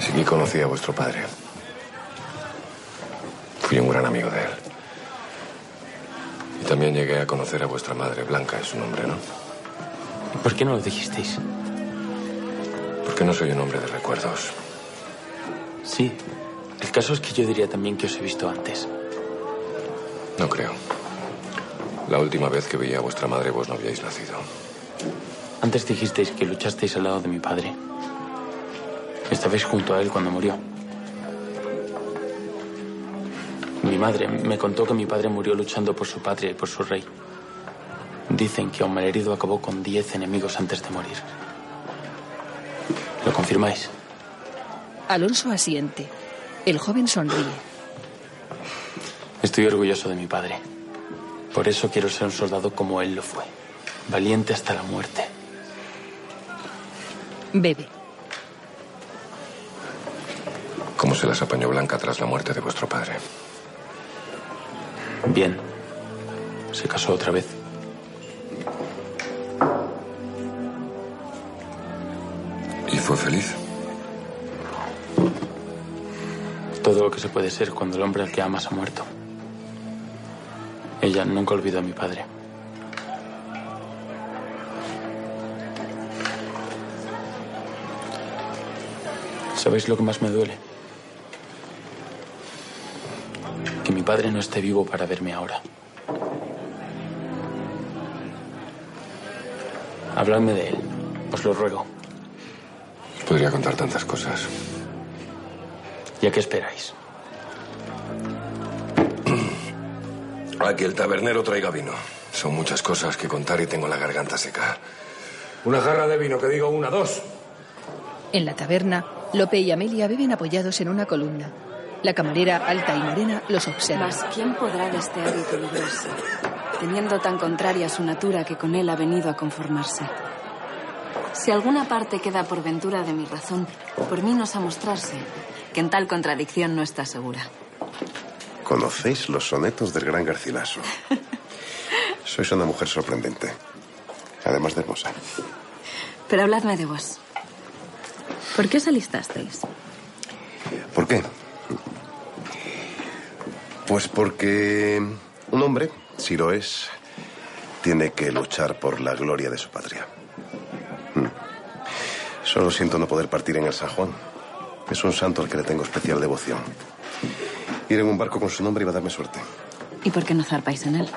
Speaker 6: Sí que conocí a vuestro padre. Fui un gran amigo de él. Y también llegué a conocer a vuestra madre. Blanca es su nombre, ¿no?
Speaker 13: ¿Por qué no lo dijisteis?
Speaker 6: Porque no soy un hombre de recuerdos.
Speaker 13: Sí. El caso es que yo diría también que os he visto antes.
Speaker 6: No creo. La última vez que vi a vuestra madre vos no habíais nacido.
Speaker 13: Antes dijisteis que luchasteis al lado de mi padre. Estabais junto a él cuando murió. Mi madre me contó que mi padre murió luchando por su patria y por su rey. Dicen que un malherido acabó con diez enemigos antes de morir. ¿Lo confirmáis?
Speaker 1: Alonso asiente. El joven sonríe.
Speaker 13: Estoy orgulloso de mi padre. Por eso quiero ser un soldado como él lo fue. Valiente hasta la muerte.
Speaker 1: Bebe.
Speaker 6: ¿Cómo se las apañó Blanca tras la muerte de vuestro padre?
Speaker 13: Bien. Se casó otra vez.
Speaker 6: ¿Y fue feliz?
Speaker 13: Todo lo que se puede ser cuando el hombre al que amas ha muerto. Ella nunca olvidó a mi padre. ¿Sabéis lo que más me duele? Que mi padre no esté vivo para verme ahora. Habladme de él, os lo ruego.
Speaker 6: Os podría contar tantas cosas.
Speaker 13: ¿Y a qué esperáis?
Speaker 6: A que el tabernero traiga vino. Son muchas cosas que contar y tengo la garganta seca. Una jarra de vino, que digo una, dos.
Speaker 1: En la taberna, Lope y Amelia beben apoyados en una columna. La camarera alta y morena los observa.
Speaker 7: Mas ¿quién podrá desear y peligroso? Teniendo tan contraria su natura que con él ha venido a conformarse. Si alguna parte queda por ventura de mi razón, por mí nos a mostrarse, que en tal contradicción no está segura.
Speaker 20: Conocéis los sonetos del gran Garcilaso. Sois una mujer sorprendente. Además de hermosa.
Speaker 7: Pero habladme de vos. ¿Por qué os alistasteis?
Speaker 20: ¿Por qué? Pues porque un hombre, si lo es, tiene que luchar por la gloria de su patria. Mm. Solo siento no poder partir en el San Juan. Es un santo al que le tengo especial devoción. Ir en un barco con su nombre iba a darme suerte.
Speaker 7: ¿Y por qué no zarpáis en él?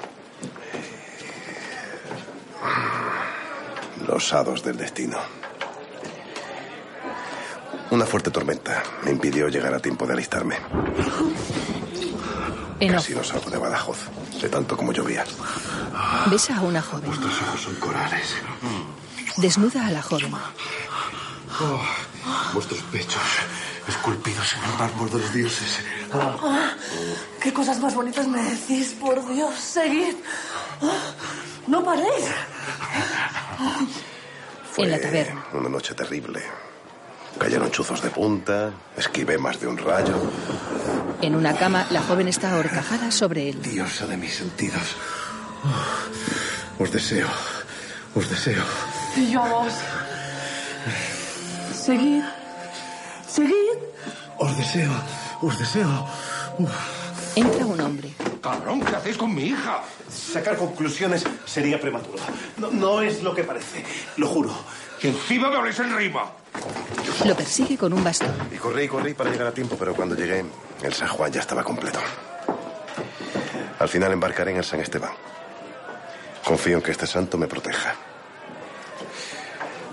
Speaker 20: Los hados del destino. Una fuerte tormenta me impidió llegar a tiempo de alistarme.
Speaker 1: En off,
Speaker 20: Casi no salgo de Badajoz, de tanto como llovía.
Speaker 1: besa a una joven.
Speaker 20: Los ojos son corales.
Speaker 1: Desnuda a la joven.
Speaker 20: Oh, vuestros pechos esculpidos en el mármol de los dioses. Ah,
Speaker 4: Ah, ¿Qué cosas más bonitas me decís? Por Dios, seguid. Ah, No paréis. Ah,
Speaker 20: Fue una noche terrible. Cayeron chuzos de punta, esquivé más de un rayo.
Speaker 1: En una cama, la joven está ahorcajada sobre él.
Speaker 20: Diosa de mis sentidos. Os deseo, os deseo.
Speaker 4: Y yo a vos. Seguid. Seguid.
Speaker 20: Os deseo, os deseo.
Speaker 1: Entra un hombre.
Speaker 20: Cabrón, ¿qué hacéis con mi hija? Sacar conclusiones sería prematuro. No, es lo que parece, lo juro. Que encima me habléis en rima.
Speaker 1: Lo persigue con un bastón.
Speaker 20: Y corrí, corrí para llegar a tiempo, pero cuando llegué, el San Juan ya estaba completo. Al final embarcaré en el San Esteban. Confío en que este santo me proteja.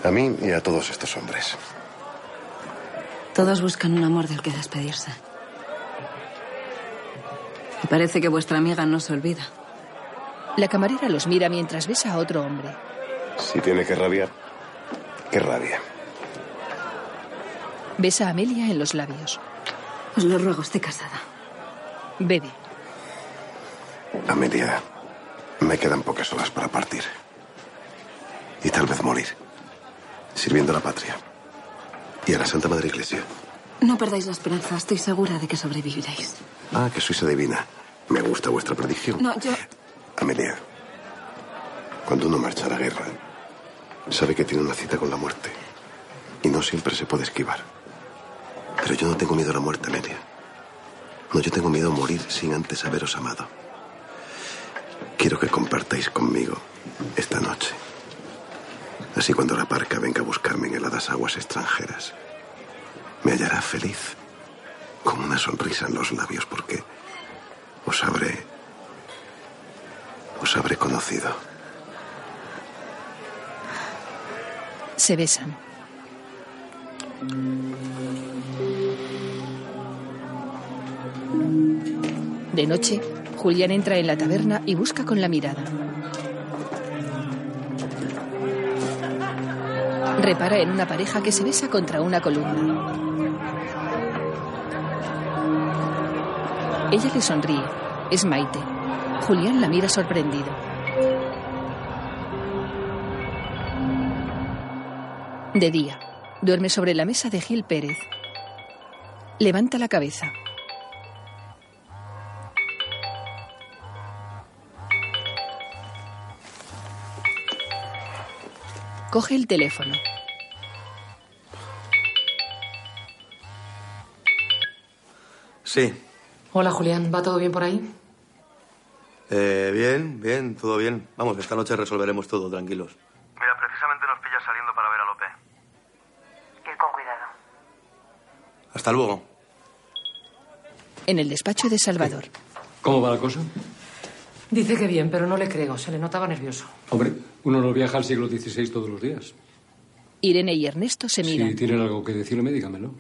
Speaker 20: A mí y a todos estos hombres.
Speaker 7: Todos buscan un amor del que despedirse. Y parece que vuestra amiga no se olvida.
Speaker 1: La camarera los mira mientras besa a otro hombre.
Speaker 20: Si tiene que rabiar, que rabia.
Speaker 1: Besa a Amelia en los labios.
Speaker 7: Os lo ruego, estoy casada.
Speaker 1: Bebe.
Speaker 20: Amelia, me quedan pocas horas para partir. Y tal vez morir. Sirviendo a la patria. Y a la Santa Madre Iglesia.
Speaker 7: No perdáis la esperanza, estoy segura de que sobreviviréis.
Speaker 20: Ah, que sois adivina. Me gusta vuestra predicción.
Speaker 7: No, yo.
Speaker 20: Amelia, cuando uno marcha a la guerra, sabe que tiene una cita con la muerte. Y no siempre se puede esquivar. Pero yo no tengo miedo a la muerte, Amelia. No, yo tengo miedo a morir sin antes haberos amado. Quiero que compartáis conmigo esta noche. Así cuando la parca venga a buscarme en heladas aguas extranjeras, me hallará feliz, con una sonrisa en los labios, porque os habré. os habré conocido.
Speaker 1: Se besan. De noche, Julián entra en la taberna y busca con la mirada. Repara en una pareja que se besa contra una columna. Ella le sonríe. Es Maite. Julián la mira sorprendido. De día, duerme sobre la mesa de Gil Pérez. Levanta la cabeza. Coge el teléfono.
Speaker 8: Sí,
Speaker 2: Hola, Julián. ¿Va todo bien por ahí?
Speaker 8: eh, bien, bien, todo bien. Vamos, esta noche resolveremos todo, tranquilos.
Speaker 23: Mira, precisamente nos pillas saliendo para ver a Lope.
Speaker 9: Ir con cuidado.
Speaker 8: Hasta luego.
Speaker 1: En el despacho de Salvador.
Speaker 12: ¿Cómo va la cosa?
Speaker 2: Dice que bien, pero no le creo. Se le notaba nervioso.
Speaker 12: Hombre, uno no viaja al siglo XVI todos los días.
Speaker 1: Irene y Ernesto se miran.
Speaker 12: Si tienen algo que decirme, dígamelo.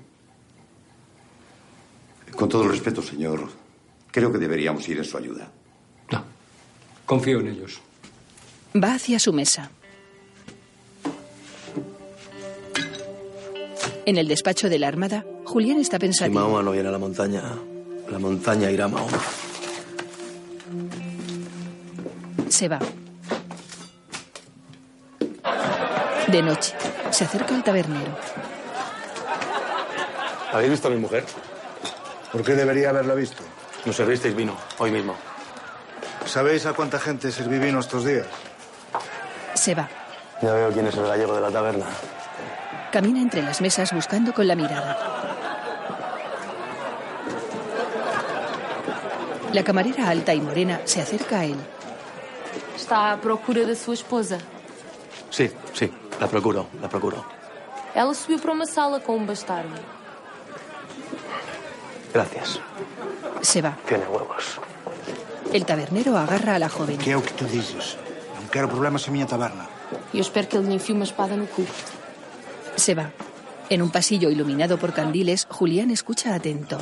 Speaker 11: Con todo el respeto, señor, creo que deberíamos ir en su ayuda.
Speaker 12: Ah, Confío en ellos.
Speaker 1: Va hacia su mesa. En el despacho de la Armada, Julián está
Speaker 8: Si
Speaker 1: pensativo.
Speaker 8: Mahoma no viene a la montaña, la montaña irá a Mahoma.
Speaker 1: Se va. De noche, se acerca al tabernero.
Speaker 8: ¿Habéis visto a mi mujer?
Speaker 24: ¿Por qué debería haberla visto?
Speaker 8: Nos servisteis vino, hoy mismo.
Speaker 24: ¿Sabéis a cuánta gente serví vino estos días?
Speaker 1: Se va.
Speaker 24: Ya veo quién es el gallego de la taberna.
Speaker 1: Camina entre las mesas buscando con la mirada. La camarera alta y morena se acerca a él.
Speaker 25: Está à procura da sua esposa.
Speaker 8: Sí, sí, la procuro, la procuro.
Speaker 25: Ela subiu para uma sala com um bastardo.
Speaker 8: Gracias.
Speaker 1: Se va.
Speaker 24: Tiene huevos.
Speaker 1: El tabernero agarra a la joven.
Speaker 24: ¿Qué es lo que tú dices? No quiero problemas en mi taberna.
Speaker 25: E eu espero que ele lhe enfie uma espada no cu.
Speaker 1: Se va. En un pasillo iluminado por candiles, Julián escucha atento.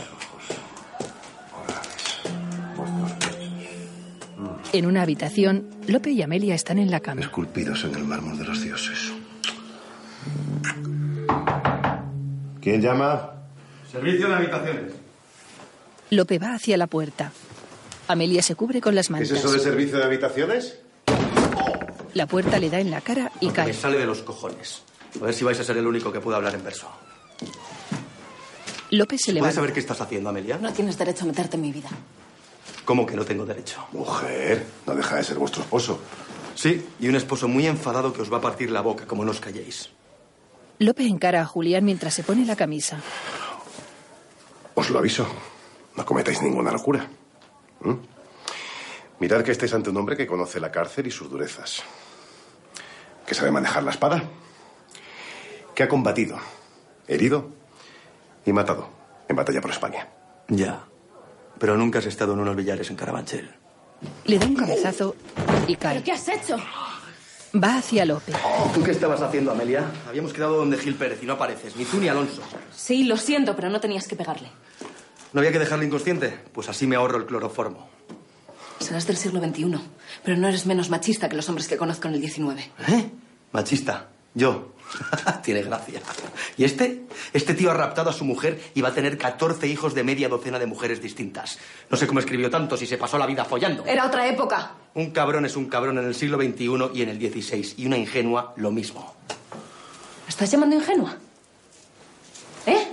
Speaker 1: En una habitación, Lope y Amelia están en la cama.
Speaker 20: Esculpidos en el mármol de los dioses.
Speaker 22: ¿Quién llama?
Speaker 8: Servicio de habitaciones.
Speaker 1: Lope va hacia la puerta. Amelia se cubre con las mantas.
Speaker 22: ¿Es eso de servicio de habitaciones?
Speaker 1: La puerta le da en la cara y
Speaker 8: Me
Speaker 1: cae.
Speaker 8: sale de los cojones. A ver si vais a ser el único que pueda hablar en verso.
Speaker 1: Lope se
Speaker 8: ¿Puedes
Speaker 1: levanta.
Speaker 8: saber qué estás haciendo, Amelia?
Speaker 7: No tienes derecho a meterte en mi vida.
Speaker 8: ¿Cómo que no tengo derecho?
Speaker 22: Mujer, no deja de ser vuestro esposo.
Speaker 8: Sí, y un esposo muy enfadado que os va a partir la boca, como no os calléis.
Speaker 1: Lope encara a Julián mientras se pone la camisa.
Speaker 20: Os lo aviso. No cometáis ninguna locura. ¿Mm? Mirad que estáis ante un hombre que conoce la cárcel y sus durezas. Que sabe manejar la espada. Que ha combatido, herido y matado en batalla por España.
Speaker 8: Ya. Pero nunca has estado en unos billares en Carabanchel.
Speaker 1: Le da un cabezazo y cae.
Speaker 25: ¿Pero qué has hecho?
Speaker 1: Va hacia Lope.
Speaker 8: ¿Tú qué estabas haciendo, Amelia? Habíamos quedado donde Gil Pérez y no apareces, ni tú ni Alonso.
Speaker 7: Sí, lo siento, pero no tenías que pegarle.
Speaker 8: ¿No había que dejarlo inconsciente? Pues así me ahorro el cloroformo.
Speaker 7: Serás del siglo XXI, pero no eres menos machista que los hombres que conozco en el XIX.
Speaker 8: ¿Eh? Machista. Yo. Tiene gracia. ¿Y este? Este tío ha raptado a su mujer y va a tener 14 hijos de media docena de mujeres distintas. No sé cómo escribió tanto si se pasó la vida follando.
Speaker 7: Era otra época.
Speaker 8: Un cabrón es un cabrón en el siglo XXI y en el XVI. Y una ingenua, lo mismo.
Speaker 7: ¿Me estás llamando ingenua? ¿Eh?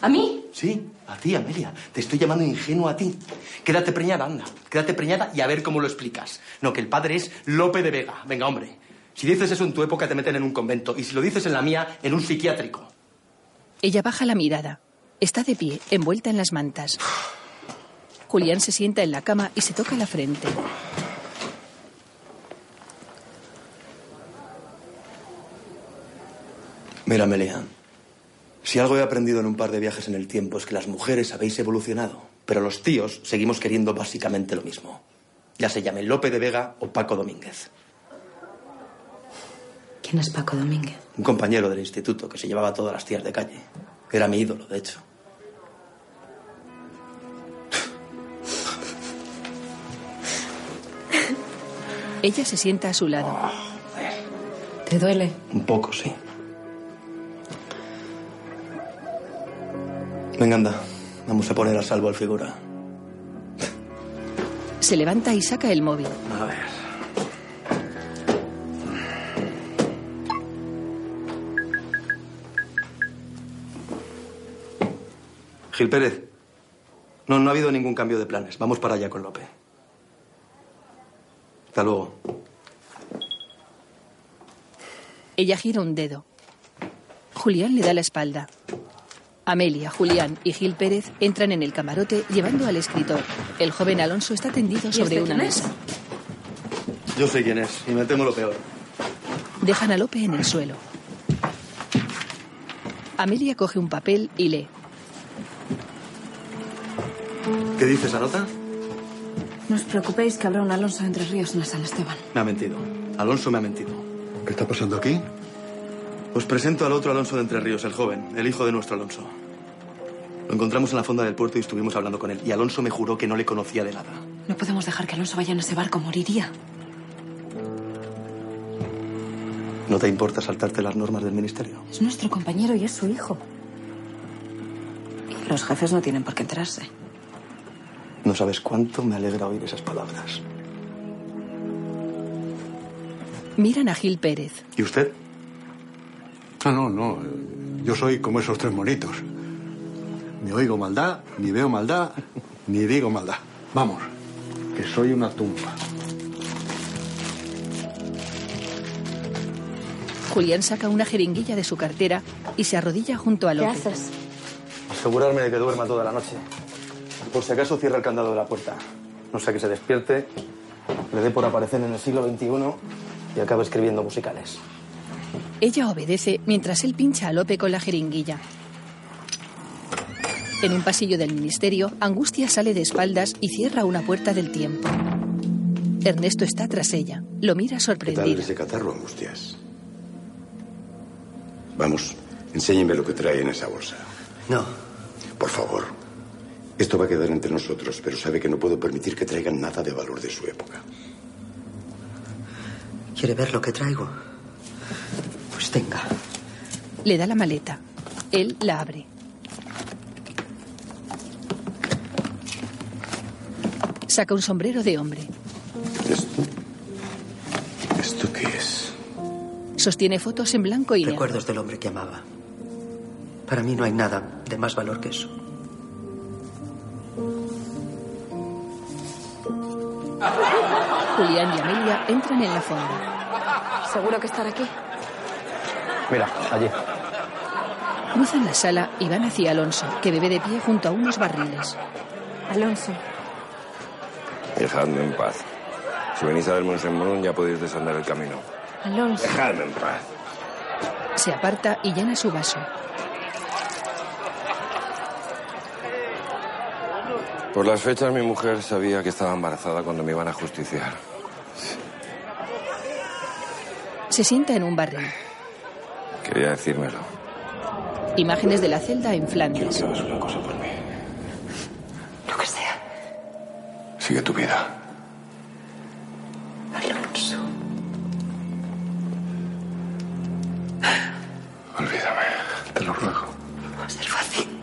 Speaker 7: ¿A mí?
Speaker 8: Sí, a ti, Amelia. Te estoy llamando ingenua a ti. Quédate preñada, anda. Quédate preñada y a ver cómo lo explicas. No, que el padre es Lope de Vega. Venga, hombre. Si dices eso en tu época, te meten en un convento. Y si lo dices en la mía, en un psiquiátrico.
Speaker 1: Ella baja la mirada. Está de pie, envuelta en las mantas. Julián se sienta en la cama y se toca la frente.
Speaker 8: Mira, Amelia. Si algo he aprendido en un par de viajes en el tiempo es que las mujeres habéis evolucionado, pero los tíos seguimos queriendo básicamente lo mismo. Ya se llame Lope de Vega o Paco Domínguez.
Speaker 7: ¿Quién es Paco Domínguez?
Speaker 8: Un compañero del instituto que se llevaba a todas las tías de calle. Era mi ídolo, de hecho.
Speaker 1: Ella se sienta a su lado.
Speaker 7: ¿Te duele?
Speaker 8: Un poco, sí. Venga, anda. Vamos a poner a salvo al figura.
Speaker 1: Se levanta y saca el móvil.
Speaker 8: A ver. Gil Pérez. No, no ha habido ningún cambio de planes. Vamos para allá con Lope. Hasta luego.
Speaker 1: Ella gira un dedo. Julián le da la espalda. Amelia, Julián y Gil Pérez entran en el camarote llevando al escritor. El joven Alonso está tendido sobre
Speaker 7: este
Speaker 1: una
Speaker 7: quién es?
Speaker 1: mesa.
Speaker 8: Yo sé quién es y me temo lo peor.
Speaker 1: Dejan a Lope en el suelo. Amelia coge un papel y lee.
Speaker 8: ¿Qué dices, Anota?
Speaker 7: No os preocupéis que habrá un Alonso de Entre Ríos en la San Esteban.
Speaker 8: Me ha mentido. Alonso me ha mentido.
Speaker 5: ¿Qué está pasando aquí?
Speaker 8: Os presento al otro Alonso de Entre Ríos, el joven, el hijo de nuestro Alonso. Lo encontramos en la fonda del puerto y estuvimos hablando con él. Y Alonso me juró que no le conocía de nada.
Speaker 7: No podemos dejar que Alonso vaya en ese barco, moriría.
Speaker 8: ¿No te importa saltarte las normas del ministerio?
Speaker 7: Es nuestro compañero y es su hijo. Y los jefes no tienen por qué enterarse.
Speaker 8: No sabes cuánto me alegra oír esas palabras.
Speaker 1: Miran a Gil Pérez.
Speaker 8: ¿Y usted?
Speaker 5: Ah, no, no. eh, Yo soy como esos tres monitos. Ni oigo maldad, ni veo maldad, ni digo maldad. Vamos, que soy una tumba.
Speaker 1: Julián saca una jeringuilla de su cartera y se arrodilla junto a
Speaker 7: ¿Qué
Speaker 1: Lope.
Speaker 7: haces?
Speaker 26: Asegurarme de que duerma toda la noche.
Speaker 8: Por si acaso cierra el candado de la puerta. No sea que se despierte, le dé por aparecer en el siglo XXI y acabe escribiendo musicales.
Speaker 1: Ella obedece mientras él pincha a Lope con la jeringuilla. En un pasillo del ministerio, Angustia sale de espaldas y cierra una puerta del tiempo. Ernesto está tras ella. Lo mira
Speaker 11: ¿Qué tal
Speaker 1: sorprendido.
Speaker 11: ese catarro, Angustias? Vamos, enséñeme lo que trae en esa bolsa.
Speaker 8: No.
Speaker 11: Por favor. Esto va a quedar entre nosotros, pero sabe que no puedo permitir que traigan nada de valor de su época.
Speaker 10: ¿Quiere ver lo que traigo? Pues tenga.
Speaker 1: Le da la maleta. Él la abre. Saca un sombrero de hombre.
Speaker 11: ¿Esto? ¿Esto qué es?
Speaker 1: Sostiene fotos en blanco y negro.
Speaker 10: Recuerdos del hombre que amaba. Para mí no hay nada de más valor que eso.
Speaker 1: Julián y Amelia entran en la fonda.
Speaker 7: ¿Seguro que estará aquí?
Speaker 26: Mira, allí.
Speaker 1: Cruzan la sala y van hacia Alonso, que bebe de pie junto a unos barriles.
Speaker 7: Alonso.
Speaker 6: Dejadme en paz. Si venís a verme un sembrón, ya podéis desandar el camino.
Speaker 7: Alonso.
Speaker 6: Dejadme en paz.
Speaker 1: Se aparta y llena su vaso.
Speaker 6: Por las fechas, mi mujer sabía que estaba embarazada cuando me iban a justiciar.
Speaker 1: Se sienta en un barril.
Speaker 6: Quería decírmelo.
Speaker 1: Imágenes de la celda en Flandes.
Speaker 6: una cosa por mí.
Speaker 10: Lo que sea.
Speaker 6: Sigue tu vida.
Speaker 10: Alonso.
Speaker 6: Olvídame. Te lo ruego.
Speaker 10: Va a ser fácil.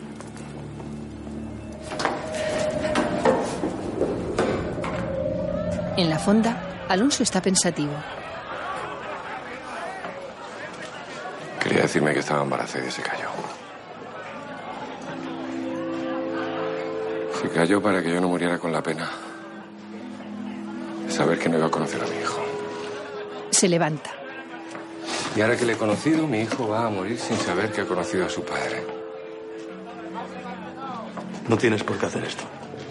Speaker 1: En la fonda, Alonso está pensativo.
Speaker 6: Quería decirme que estaba embarazada y se cayó. Se cayó para que yo no muriera con la pena. de Saber que no iba a conocer a mi hijo.
Speaker 1: Se levanta.
Speaker 6: Y ahora que le he conocido, mi hijo va a morir sin saber que ha conocido a su padre.
Speaker 8: No tienes por qué hacer esto.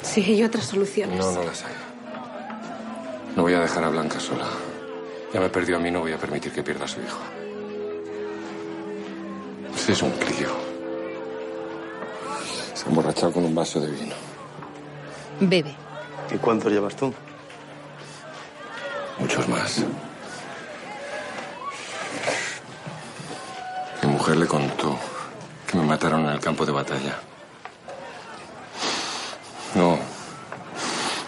Speaker 7: Sí, hay otras soluciones.
Speaker 6: No, no las hay. No voy a dejar a Blanca sola. Ya me perdió a mí, no voy a permitir que pierda a su hijo. Ese es un crío. Se ha emborrachado con un vaso de vino.
Speaker 1: Bebe.
Speaker 8: ¿Y cuántos llevas tú?
Speaker 6: Muchos más. Mi mujer le contó que me mataron en el campo de batalla. No.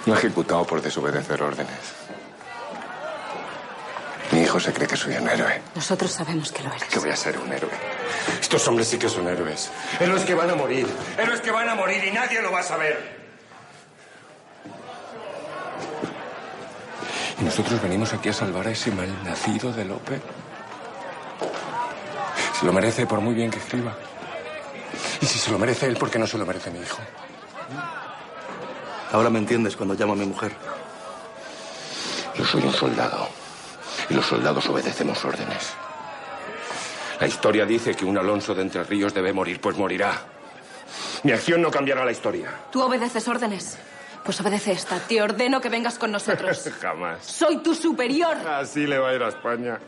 Speaker 6: No ejecutado por desobedecer órdenes. Mi hijo se cree que soy un héroe.
Speaker 7: Nosotros sabemos que lo eres.
Speaker 6: Que voy a ser un héroe. Estos hombres sí que son héroes. Héroes que van a morir. Héroes que van a morir y nadie lo va a saber. Y nosotros venimos aquí a salvar a ese malnacido de Lope. Se lo merece por muy bien que escriba. Y si se lo merece él, ¿por qué no se lo merece mi hijo?
Speaker 8: Ahora me entiendes cuando llamo a mi mujer.
Speaker 22: Yo soy un soldado. Y los soldados obedecemos órdenes. La historia dice que un Alonso de Entre Ríos debe morir, pues morirá. Mi acción no cambiará la historia.
Speaker 7: Tú obedeces órdenes. Pues obedece esta. Te ordeno que vengas con nosotros.
Speaker 6: Jamás.
Speaker 7: Soy tu superior.
Speaker 6: Así le va a ir a España.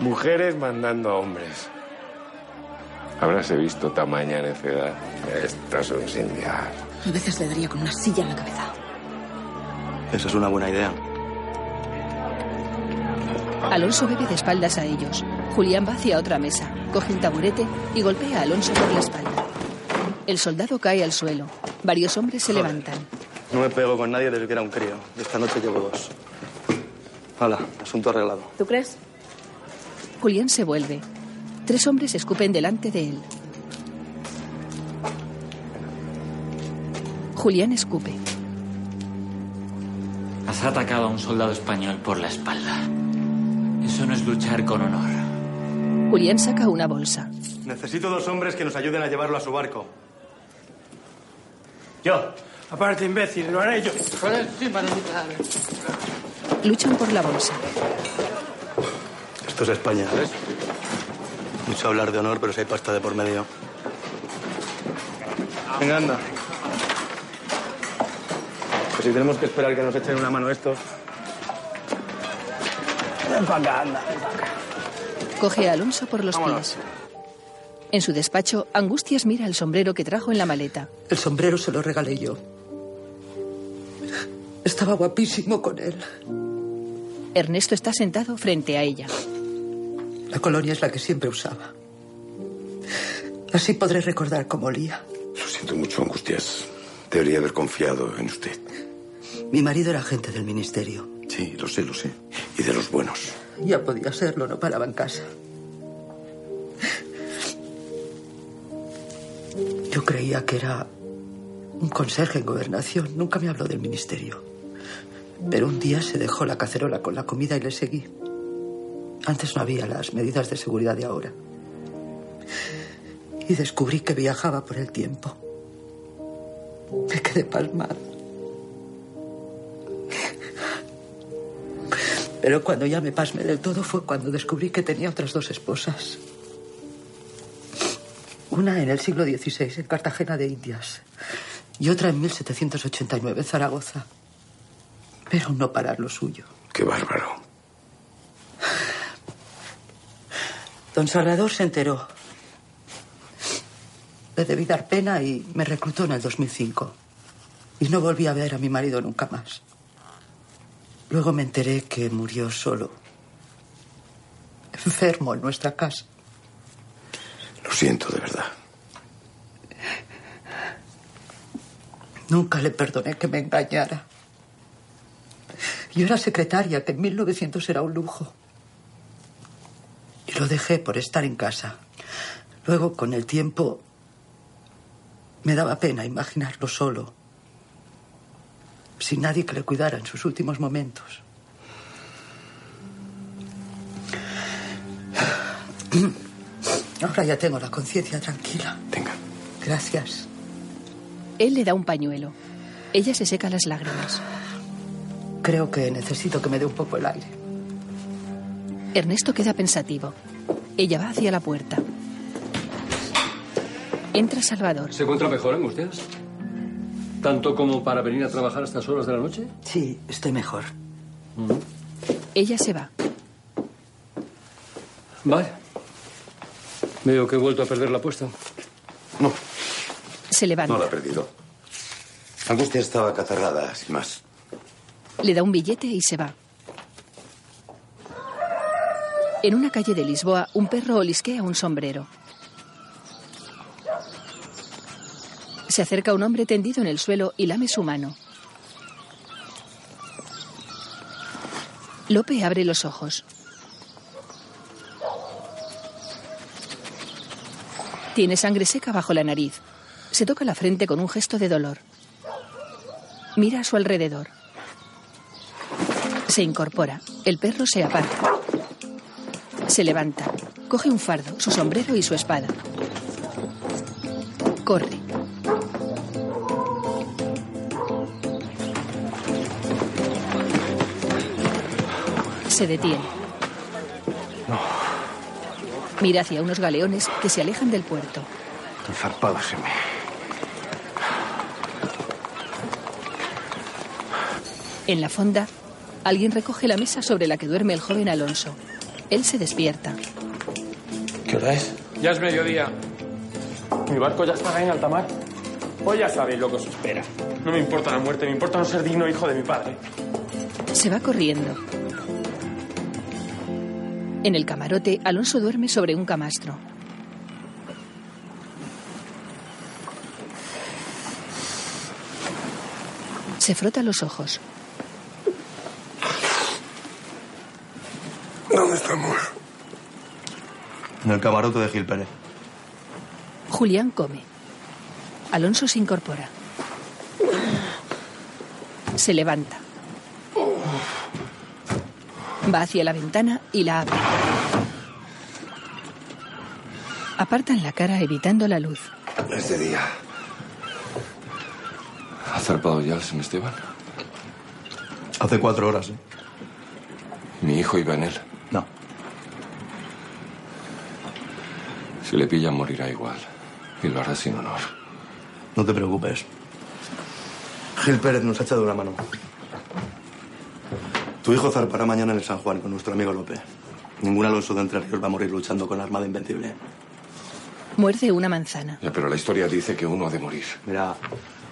Speaker 6: Mujeres mandando a hombres. Habráse visto tamaña necedad. Esto es un sindiar.
Speaker 7: A veces le daría con una silla en la cabeza.
Speaker 8: Esa es una buena idea.
Speaker 1: Alonso bebe de espaldas a ellos. Julián va hacia otra mesa, coge un taburete y golpea a Alonso por la espalda. El soldado cae al suelo. Varios hombres se levantan.
Speaker 8: No me pego con nadie desde que era un crío. Esta noche llevo dos. Hala, asunto arreglado.
Speaker 7: ¿Tú crees?
Speaker 1: Julián se vuelve. Tres hombres escupen delante de él. Julián escupe.
Speaker 18: Has atacado a un soldado español por la espalda. Eso no es luchar con honor.
Speaker 1: Julián saca una bolsa.
Speaker 8: Necesito dos hombres que nos ayuden a llevarlo a su barco.
Speaker 27: Yo. Aparte, imbécil, lo haré yo.
Speaker 1: Luchan por la bolsa.
Speaker 8: Esto es España, ¿ves? Mucho hablar de honor, pero si hay pasta de por medio. Venga, anda. Pues si tenemos que esperar que nos echen una mano estos.
Speaker 4: Ven pa' acá, anda. ven pa' acá.
Speaker 1: Coge a Alonso por los pies. En su despacho, Angustias mira el sombrero que trajo en la maleta.
Speaker 10: El sombrero se lo regalé yo. Estaba guapísimo con él.
Speaker 1: Ernesto está sentado frente a ella.
Speaker 10: La colonia es la que siempre usaba. Así podré recordar cómo olía.
Speaker 20: Lo siento mucho, Angustias. Debería haber confiado en usted.
Speaker 10: Mi marido era agente del ministerio.
Speaker 20: Sí, lo sé, lo sé. Y de los buenos.
Speaker 10: Ya podía serlo, no paraba en casa. Yo creía que era un conserje en gobernación. Nunca me habló del ministerio. Pero un día se dejó la cacerola con la comida y le seguí. Antes no había las medidas de seguridad de ahora. Y descubrí que viajaba por el tiempo. Me quedé palmada. Pero cuando ya me pasmé del todo fue cuando descubrí que tenía otras dos esposas. Una en el siglo XVI, en Cartagena de Indias, y otra en 1789, en Zaragoza. Pero no parar lo suyo.
Speaker 20: Qué bárbaro.
Speaker 10: Don Salvador se enteró. Le debí dar pena y me reclutó en el 2005. Y no volví a ver a mi marido nunca más. Luego me enteré que murió solo. enfermo en nuestra casa.
Speaker 11: Lo siento, de verdad.
Speaker 10: Nunca le perdoné que me engañara. Yo era secretaria, que en 1900 era un lujo. Y lo dejé por estar en casa. Luego, con el tiempo, me daba pena imaginarlo solo, sin nadie que le cuidara en sus últimos momentos. Ahora ya tengo la conciencia tranquila.
Speaker 11: Tenga.
Speaker 10: Gracias.
Speaker 1: Él le da un pañuelo. Ella se seca las lágrimas.
Speaker 10: Creo que necesito que me dé un poco el aire.
Speaker 1: Ernesto queda pensativo. Ella va hacia la puerta. Entra Salvador.
Speaker 12: ¿Se encuentra mejor en ustedes? ¿Tanto como para venir a trabajar a estas horas de la noche?
Speaker 10: Sí, estoy mejor.
Speaker 1: Ella se va.
Speaker 12: Vale. Veo que he vuelto a perder la apuesta.
Speaker 11: No,
Speaker 1: Se levanta.
Speaker 11: no la ha perdido. Angustia estaba acatarrada, sin más.
Speaker 1: Le da un billete y se va. En una calle de Lisboa, un perro olisquea un sombrero. Se acerca un hombre tendido en el suelo y lame su mano. Lope abre los ojos. Tiene sangre seca bajo la nariz. Se toca la frente con un gesto de dolor. Mira a su alrededor. Se incorpora. El perro se aparta. Se levanta. Coge un fardo, su sombrero y su espada. Corre. Se detiene. Mira hacia unos galeones que se alejan del puerto.
Speaker 20: Tan zarpado se me.
Speaker 1: En la fonda, alguien recoge la mesa sobre la que duerme el joven Alonso. Él se despierta.
Speaker 22: ¿Qué hora es?
Speaker 27: Ya es mediodía. Mi barco ya está en alta mar. Hoy ya sabéis lo que os espera. No me importa la muerte, me importa no ser digno hijo de mi padre.
Speaker 1: Se va corriendo. En el camarote, Alonso duerme sobre un camastro. Se frota los ojos.
Speaker 20: ¿Dónde estamos?
Speaker 8: En el camarote de Gil Pérez.
Speaker 1: Julián come. Alonso se incorpora. Se levanta. Va hacia la ventana y la abre. Apartan la cara evitando la luz.
Speaker 11: Este día.
Speaker 22: ¿Ha zarpado ya el San Esteban?
Speaker 8: Hace cuatro horas, ¿eh?
Speaker 22: Mi hijo iba en él.
Speaker 8: No.
Speaker 22: Si le pillan, morirá igual. Y lo hará sin honor.
Speaker 8: No te preocupes. Gil Pérez nos ha echado una mano. Tu hijo zarpará mañana en el San Juan con nuestro amigo López. Ningún Alonso de Entre Ríos va a morir luchando con la Armada Invencible.
Speaker 1: Muerde una manzana.
Speaker 22: Ya, pero la historia dice que uno ha de morir.
Speaker 8: Mira,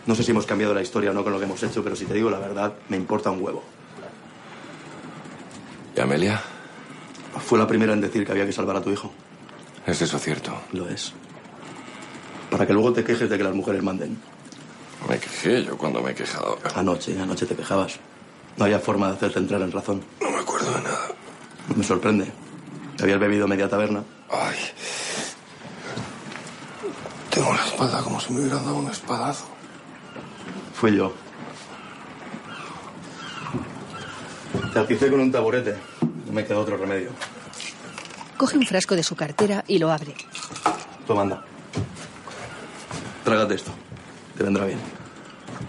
Speaker 8: no sé si hemos cambiado la historia o no con lo que hemos hecho, pero si te digo la verdad, me importa un huevo.
Speaker 22: ¿Y Amelia?
Speaker 8: Fue la primera en decir que había que salvar a tu hijo.
Speaker 22: ¿Es eso cierto?
Speaker 8: Lo es. Para que luego te quejes de que las mujeres manden.
Speaker 22: Me quejé yo cuando me he quejado.
Speaker 8: Anoche, anoche te quejabas. No había forma de hacerte entrar en razón.
Speaker 22: No me acuerdo de nada.
Speaker 8: No me sorprende. Te habías bebido media taberna.
Speaker 22: Ay. Tengo la espalda como si me hubieran dado un espadazo.
Speaker 8: Fui yo. Te aticé con un taburete. No me quedó otro remedio.
Speaker 1: Coge un frasco de su cartera y lo abre.
Speaker 8: Toma, anda. Trágate esto. Te vendrá bien.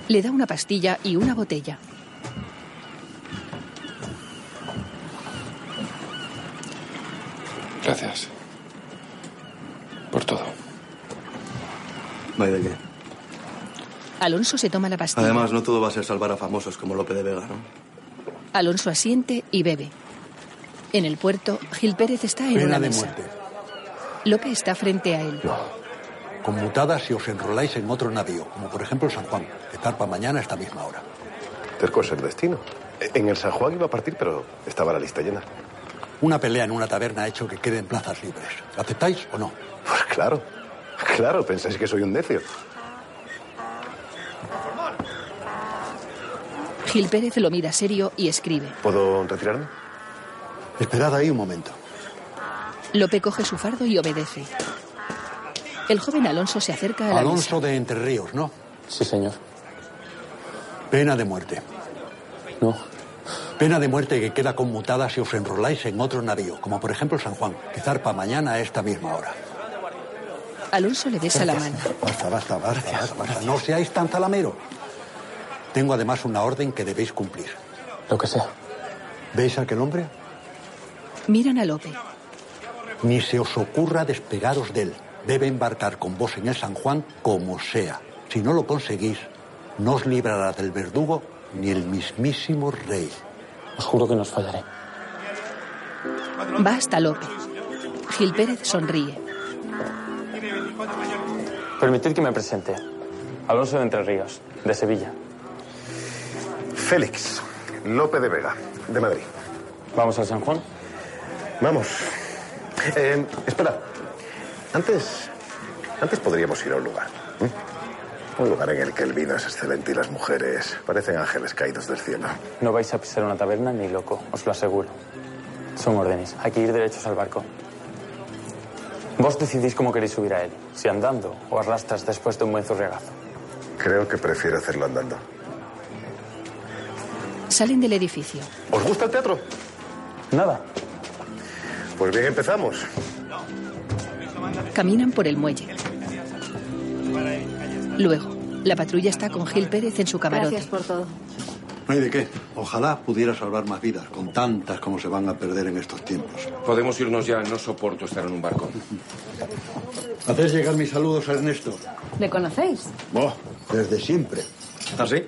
Speaker 1: Le da una pastilla y una botella.
Speaker 22: Gracias. Por todo.
Speaker 8: No hay de qué.
Speaker 1: Alonso se toma la pastilla.
Speaker 8: Además, no todo va a ser salvar a famosos como Lope de Vega, ¿no?
Speaker 1: Alonso asiente y bebe. En el puerto, Gil Pérez está en una
Speaker 5: Pena de
Speaker 1: mesa.
Speaker 5: muerte.
Speaker 1: Lope está frente a él.
Speaker 5: Conmutada si os enroláis en otro navío, como por ejemplo el San Juan, que zarpa mañana a esta misma hora.
Speaker 20: Terco es el destino. En el San Juan iba a partir, pero estaba la lista llena.
Speaker 5: Una pelea en una taberna ha hecho que queden plazas libres. ¿Lo aceptáis o no?
Speaker 20: Pues claro, claro, pensáis que soy un necio.
Speaker 1: Gil Pérez lo mira serio y escribe.
Speaker 20: ¿Puedo retirarme?
Speaker 5: Esperad ahí un momento.
Speaker 1: Lope coge su fardo y obedece. El joven Alonso se acerca a la mesa.
Speaker 5: Alonso de Entre Ríos, ¿no?
Speaker 23: Sí, señor.
Speaker 5: Pena de muerte.
Speaker 23: No.
Speaker 5: Pena de muerte que queda conmutada si os enroláis en otro navío, como por ejemplo San Juan, que zarpa mañana a esta misma hora.
Speaker 1: Alonso le besa la mano.
Speaker 5: Basta, basta, basta, basta, basta. No seáis tan zalamero. Tengo además una orden que debéis cumplir.
Speaker 23: Lo que sea.
Speaker 5: ¿Veis a aquel hombre?
Speaker 1: Miran a Lope.
Speaker 5: Ni se os ocurra despegaros de él. Debe embarcar con vos en el San Juan como sea. Si no lo conseguís, no os librará del verdugo ni el mismísimo rey.
Speaker 23: Os juro que no os fallaré.
Speaker 1: Va hasta Lope. Gil Pérez sonríe.
Speaker 23: Permitid que me presente. Alonso de Entre Ríos, de Sevilla.
Speaker 20: Félix López de Vega, de Madrid.
Speaker 23: ¿Vamos al San Juan?
Speaker 20: Vamos. Eh, espera. Antes. Antes podríamos ir a un lugar. ¿eh? Un lugar en el que el vino es excelente y las mujeres parecen ángeles caídos del cielo.
Speaker 23: No vais a pisar una taberna ni loco, os lo aseguro. Son órdenes. Hay que ir derechos al barco. Vos decidís cómo queréis subir a él. Si andando o arrastras después de un buen zurriagazo.
Speaker 20: Creo que prefiero hacerlo andando.
Speaker 1: Salen del edificio.
Speaker 20: ¿Os gusta el teatro?
Speaker 23: Nada.
Speaker 20: Pues bien, empezamos.
Speaker 1: Caminan por el muelle. Luego, la patrulla está con Gil Pérez en su camarote.
Speaker 7: Gracias por todo.
Speaker 5: No hay de qué. Ojalá pudiera salvar más vidas, con tantas como se van a perder en estos tiempos.
Speaker 22: Podemos irnos ya, no soporto estar en un barco.
Speaker 5: Hacéis llegar mis saludos a Ernesto.
Speaker 7: ¿Le conocéis?
Speaker 5: Boh, desde siempre.
Speaker 8: ¿Ah, sí?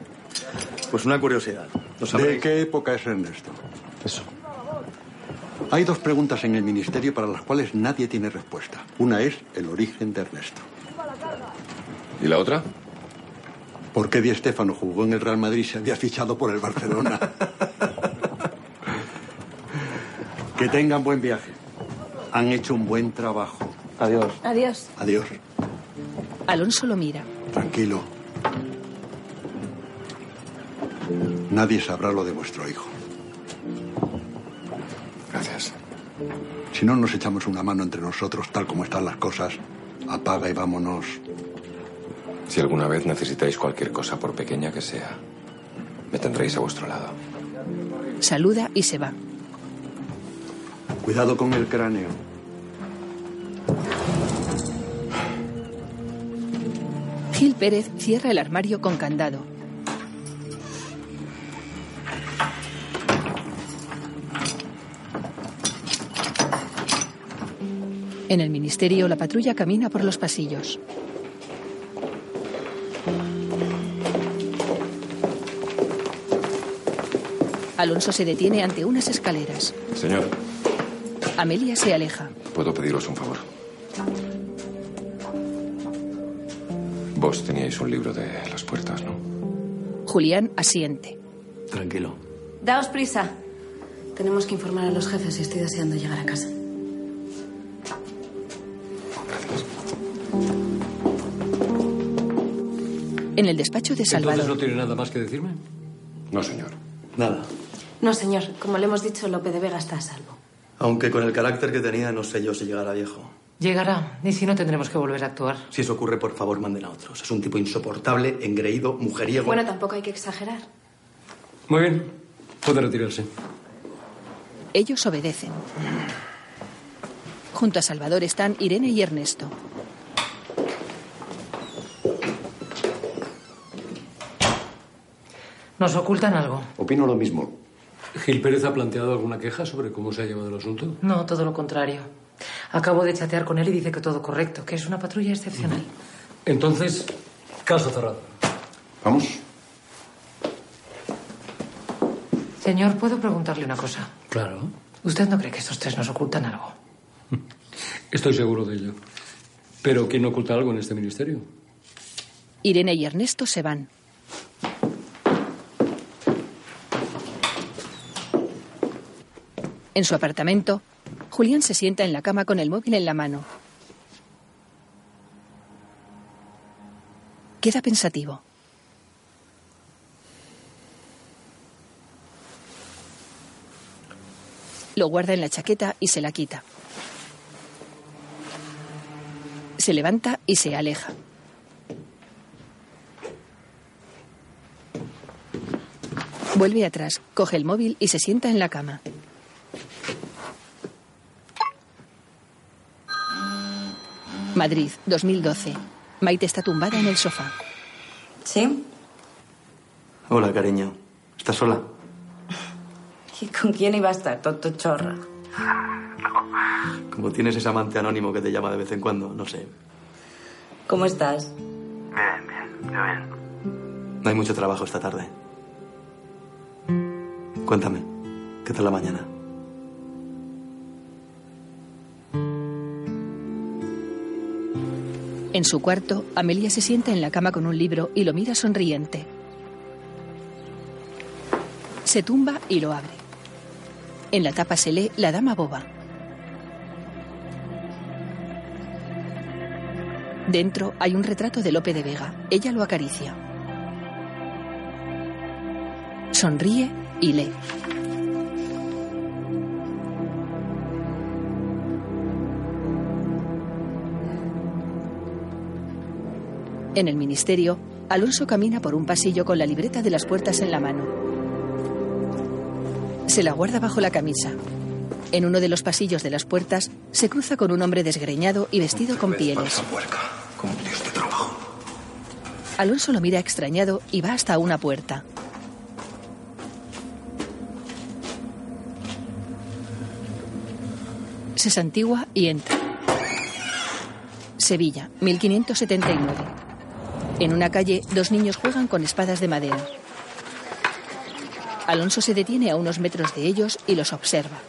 Speaker 8: Pues una curiosidad.
Speaker 5: ¿De
Speaker 8: ¿Lo sabréis?
Speaker 5: qué época es Ernesto?
Speaker 8: Eso.
Speaker 5: Hay dos preguntas en el ministerio para las cuales nadie tiene respuesta. Una es el origen de Ernesto.
Speaker 22: ¿Y la otra?
Speaker 5: ¿Por qué Di Stéfano jugó en el Real Madrid y se había fichado por el Barcelona? que tengan buen viaje. Han hecho un buen trabajo.
Speaker 8: Adiós.
Speaker 7: Adiós.
Speaker 5: Adiós.
Speaker 1: Alonso lo mira.
Speaker 5: Tranquilo. Nadie sabrá lo de vuestro hijo.
Speaker 22: Gracias.
Speaker 5: Si no nos echamos una mano entre nosotros, tal como están las cosas, apaga y vámonos.
Speaker 22: Si alguna vez necesitáis cualquier cosa, por pequeña que sea, me tendréis a vuestro lado.
Speaker 1: Saluda y se va.
Speaker 5: Cuidado con el cráneo.
Speaker 1: Gil Pérez cierra el armario con candado. En el ministerio, la patrulla camina por los pasillos. Alonso se detiene ante unas escaleras.
Speaker 22: Señor,
Speaker 1: Amelia se aleja.
Speaker 22: puedo pediros un favor. Vos teníais un libro de las puertas, ¿no?
Speaker 1: Julián asiente.
Speaker 8: Tranquilo.
Speaker 7: Daos prisa. Tenemos que informar a los jefes y estoy deseando llegar a casa.
Speaker 1: En el despacho de
Speaker 12: ¿Entonces no
Speaker 1: Salvador,
Speaker 12: tiene nada más que decirme?
Speaker 22: No, señor.
Speaker 8: Nada.
Speaker 7: No, señor. Como le hemos dicho, Lope de Vega está a salvo.
Speaker 8: Aunque con el carácter que tenía, no sé yo si llegará viejo.
Speaker 2: Llegará, y si no tendremos que volver a actuar.
Speaker 8: Si eso ocurre, por favor, manden a otros. Es un tipo insoportable, engreído, mujeriego.
Speaker 7: Bueno, tampoco hay que exagerar.
Speaker 12: Muy bien. Puede retirarse.
Speaker 1: ellos obedecen. Junto a Salvador están Irene y Ernesto.
Speaker 2: Nos ocultan algo.
Speaker 20: Opino lo mismo.
Speaker 12: ¿Gil Pérez ha planteado alguna queja sobre cómo se ha llevado el asunto?
Speaker 2: No, todo lo contrario. Acabo de chatear con él y dice que todo correcto, que es una patrulla excepcional.
Speaker 12: Entonces, caso cerrado.
Speaker 20: ¿Vamos?
Speaker 2: Señor, ¿puedo preguntarle una cosa?
Speaker 12: Claro.
Speaker 2: ¿Usted no cree que estos tres nos ocultan algo?
Speaker 12: Estoy seguro de ello. Pero ¿quién oculta algo en este ministerio?
Speaker 1: Irene y Ernesto se van. En su apartamento, Julián se sienta en la cama con el móvil en la mano. Queda pensativo. Lo guarda en la chaqueta y se la quita. Se levanta y se aleja. Vuelve atrás, coge el móvil y se sienta en la cama. Madrid, 2012. Maite está tumbada en el sofá.
Speaker 7: ¿Sí?
Speaker 8: Hola, cariño. ¿Estás sola?
Speaker 7: ¿Y con quién iba a estar, tonto chorra?
Speaker 8: Como tienes ese amante anónimo que te llama de vez en cuando, no sé.
Speaker 7: ¿Cómo estás?
Speaker 8: Bien, bien, yo bien. No hay mucho trabajo esta tarde. Cuéntame, ¿qué tal la mañana?
Speaker 1: En su cuarto, Amelia se sienta en la cama con un libro y lo mira sonriente. Se tumba y lo abre. En la tapa se lee La Dama Boba. Dentro hay un retrato de Lope de Vega. Ella lo acaricia. Sonríe y lee. En el ministerio, Alonso camina por un pasillo con la libreta de las puertas en la mano. Se la guarda bajo la camisa. En uno de los pasillos de las puertas, se cruza con un hombre desgreñado y vestido con pieles. Alonso lo mira extrañado y va hasta una puerta. Se santigua y entra. Sevilla, 1579. En una calle, dos niños juegan con espadas de madera. Alonso se detiene a unos metros de ellos y los observa.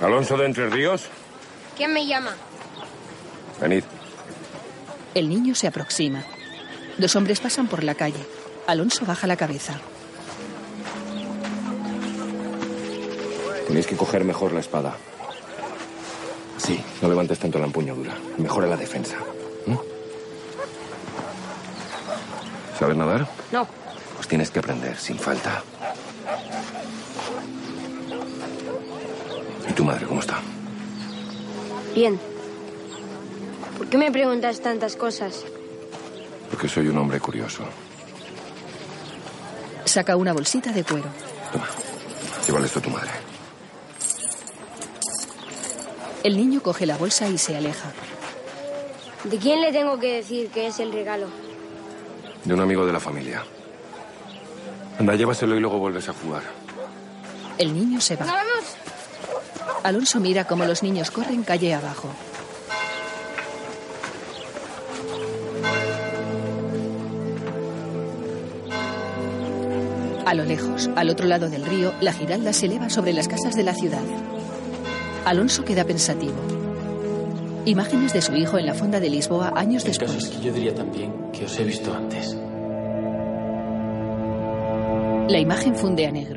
Speaker 6: Alonso de Entre Ríos,
Speaker 16: ¿Quién me llama?
Speaker 6: venid.
Speaker 1: El niño se aproxima. Dos hombres pasan por la calle. Alonso baja la cabeza.
Speaker 22: Tenéis que coger mejor la espada. Sí, no levantes tanto la empuñadura. Mejora la defensa. ¿Mm? ¿no? ¿Sabes nadar?
Speaker 16: No.
Speaker 22: Pues tienes que aprender, sin falta. ¿Y tu madre cómo está?
Speaker 16: Bien. ¿Por qué me preguntas tantas cosas?
Speaker 22: Porque soy un hombre curioso.
Speaker 1: Saca una bolsita de cuero.
Speaker 22: Llévale esto a tu madre.
Speaker 1: El niño coge la bolsa y se aleja.
Speaker 16: ¿De quién le tengo que decir que es el regalo?
Speaker 22: De un amigo de la familia. Anda, llévaselo y luego vuelves a jugar.
Speaker 1: El niño se va.
Speaker 16: ¡Vamos!
Speaker 1: Alonso mira cómo los niños corren calle abajo. A lo lejos, al otro lado del río, la giralda se eleva sobre las casas de la ciudad. Alonso queda pensativo. Imágenes de su hijo en la fonda de Lisboa años
Speaker 18: El caso es
Speaker 1: después.
Speaker 18: que yo diría también que os he visto antes.
Speaker 1: La imagen funde a negro.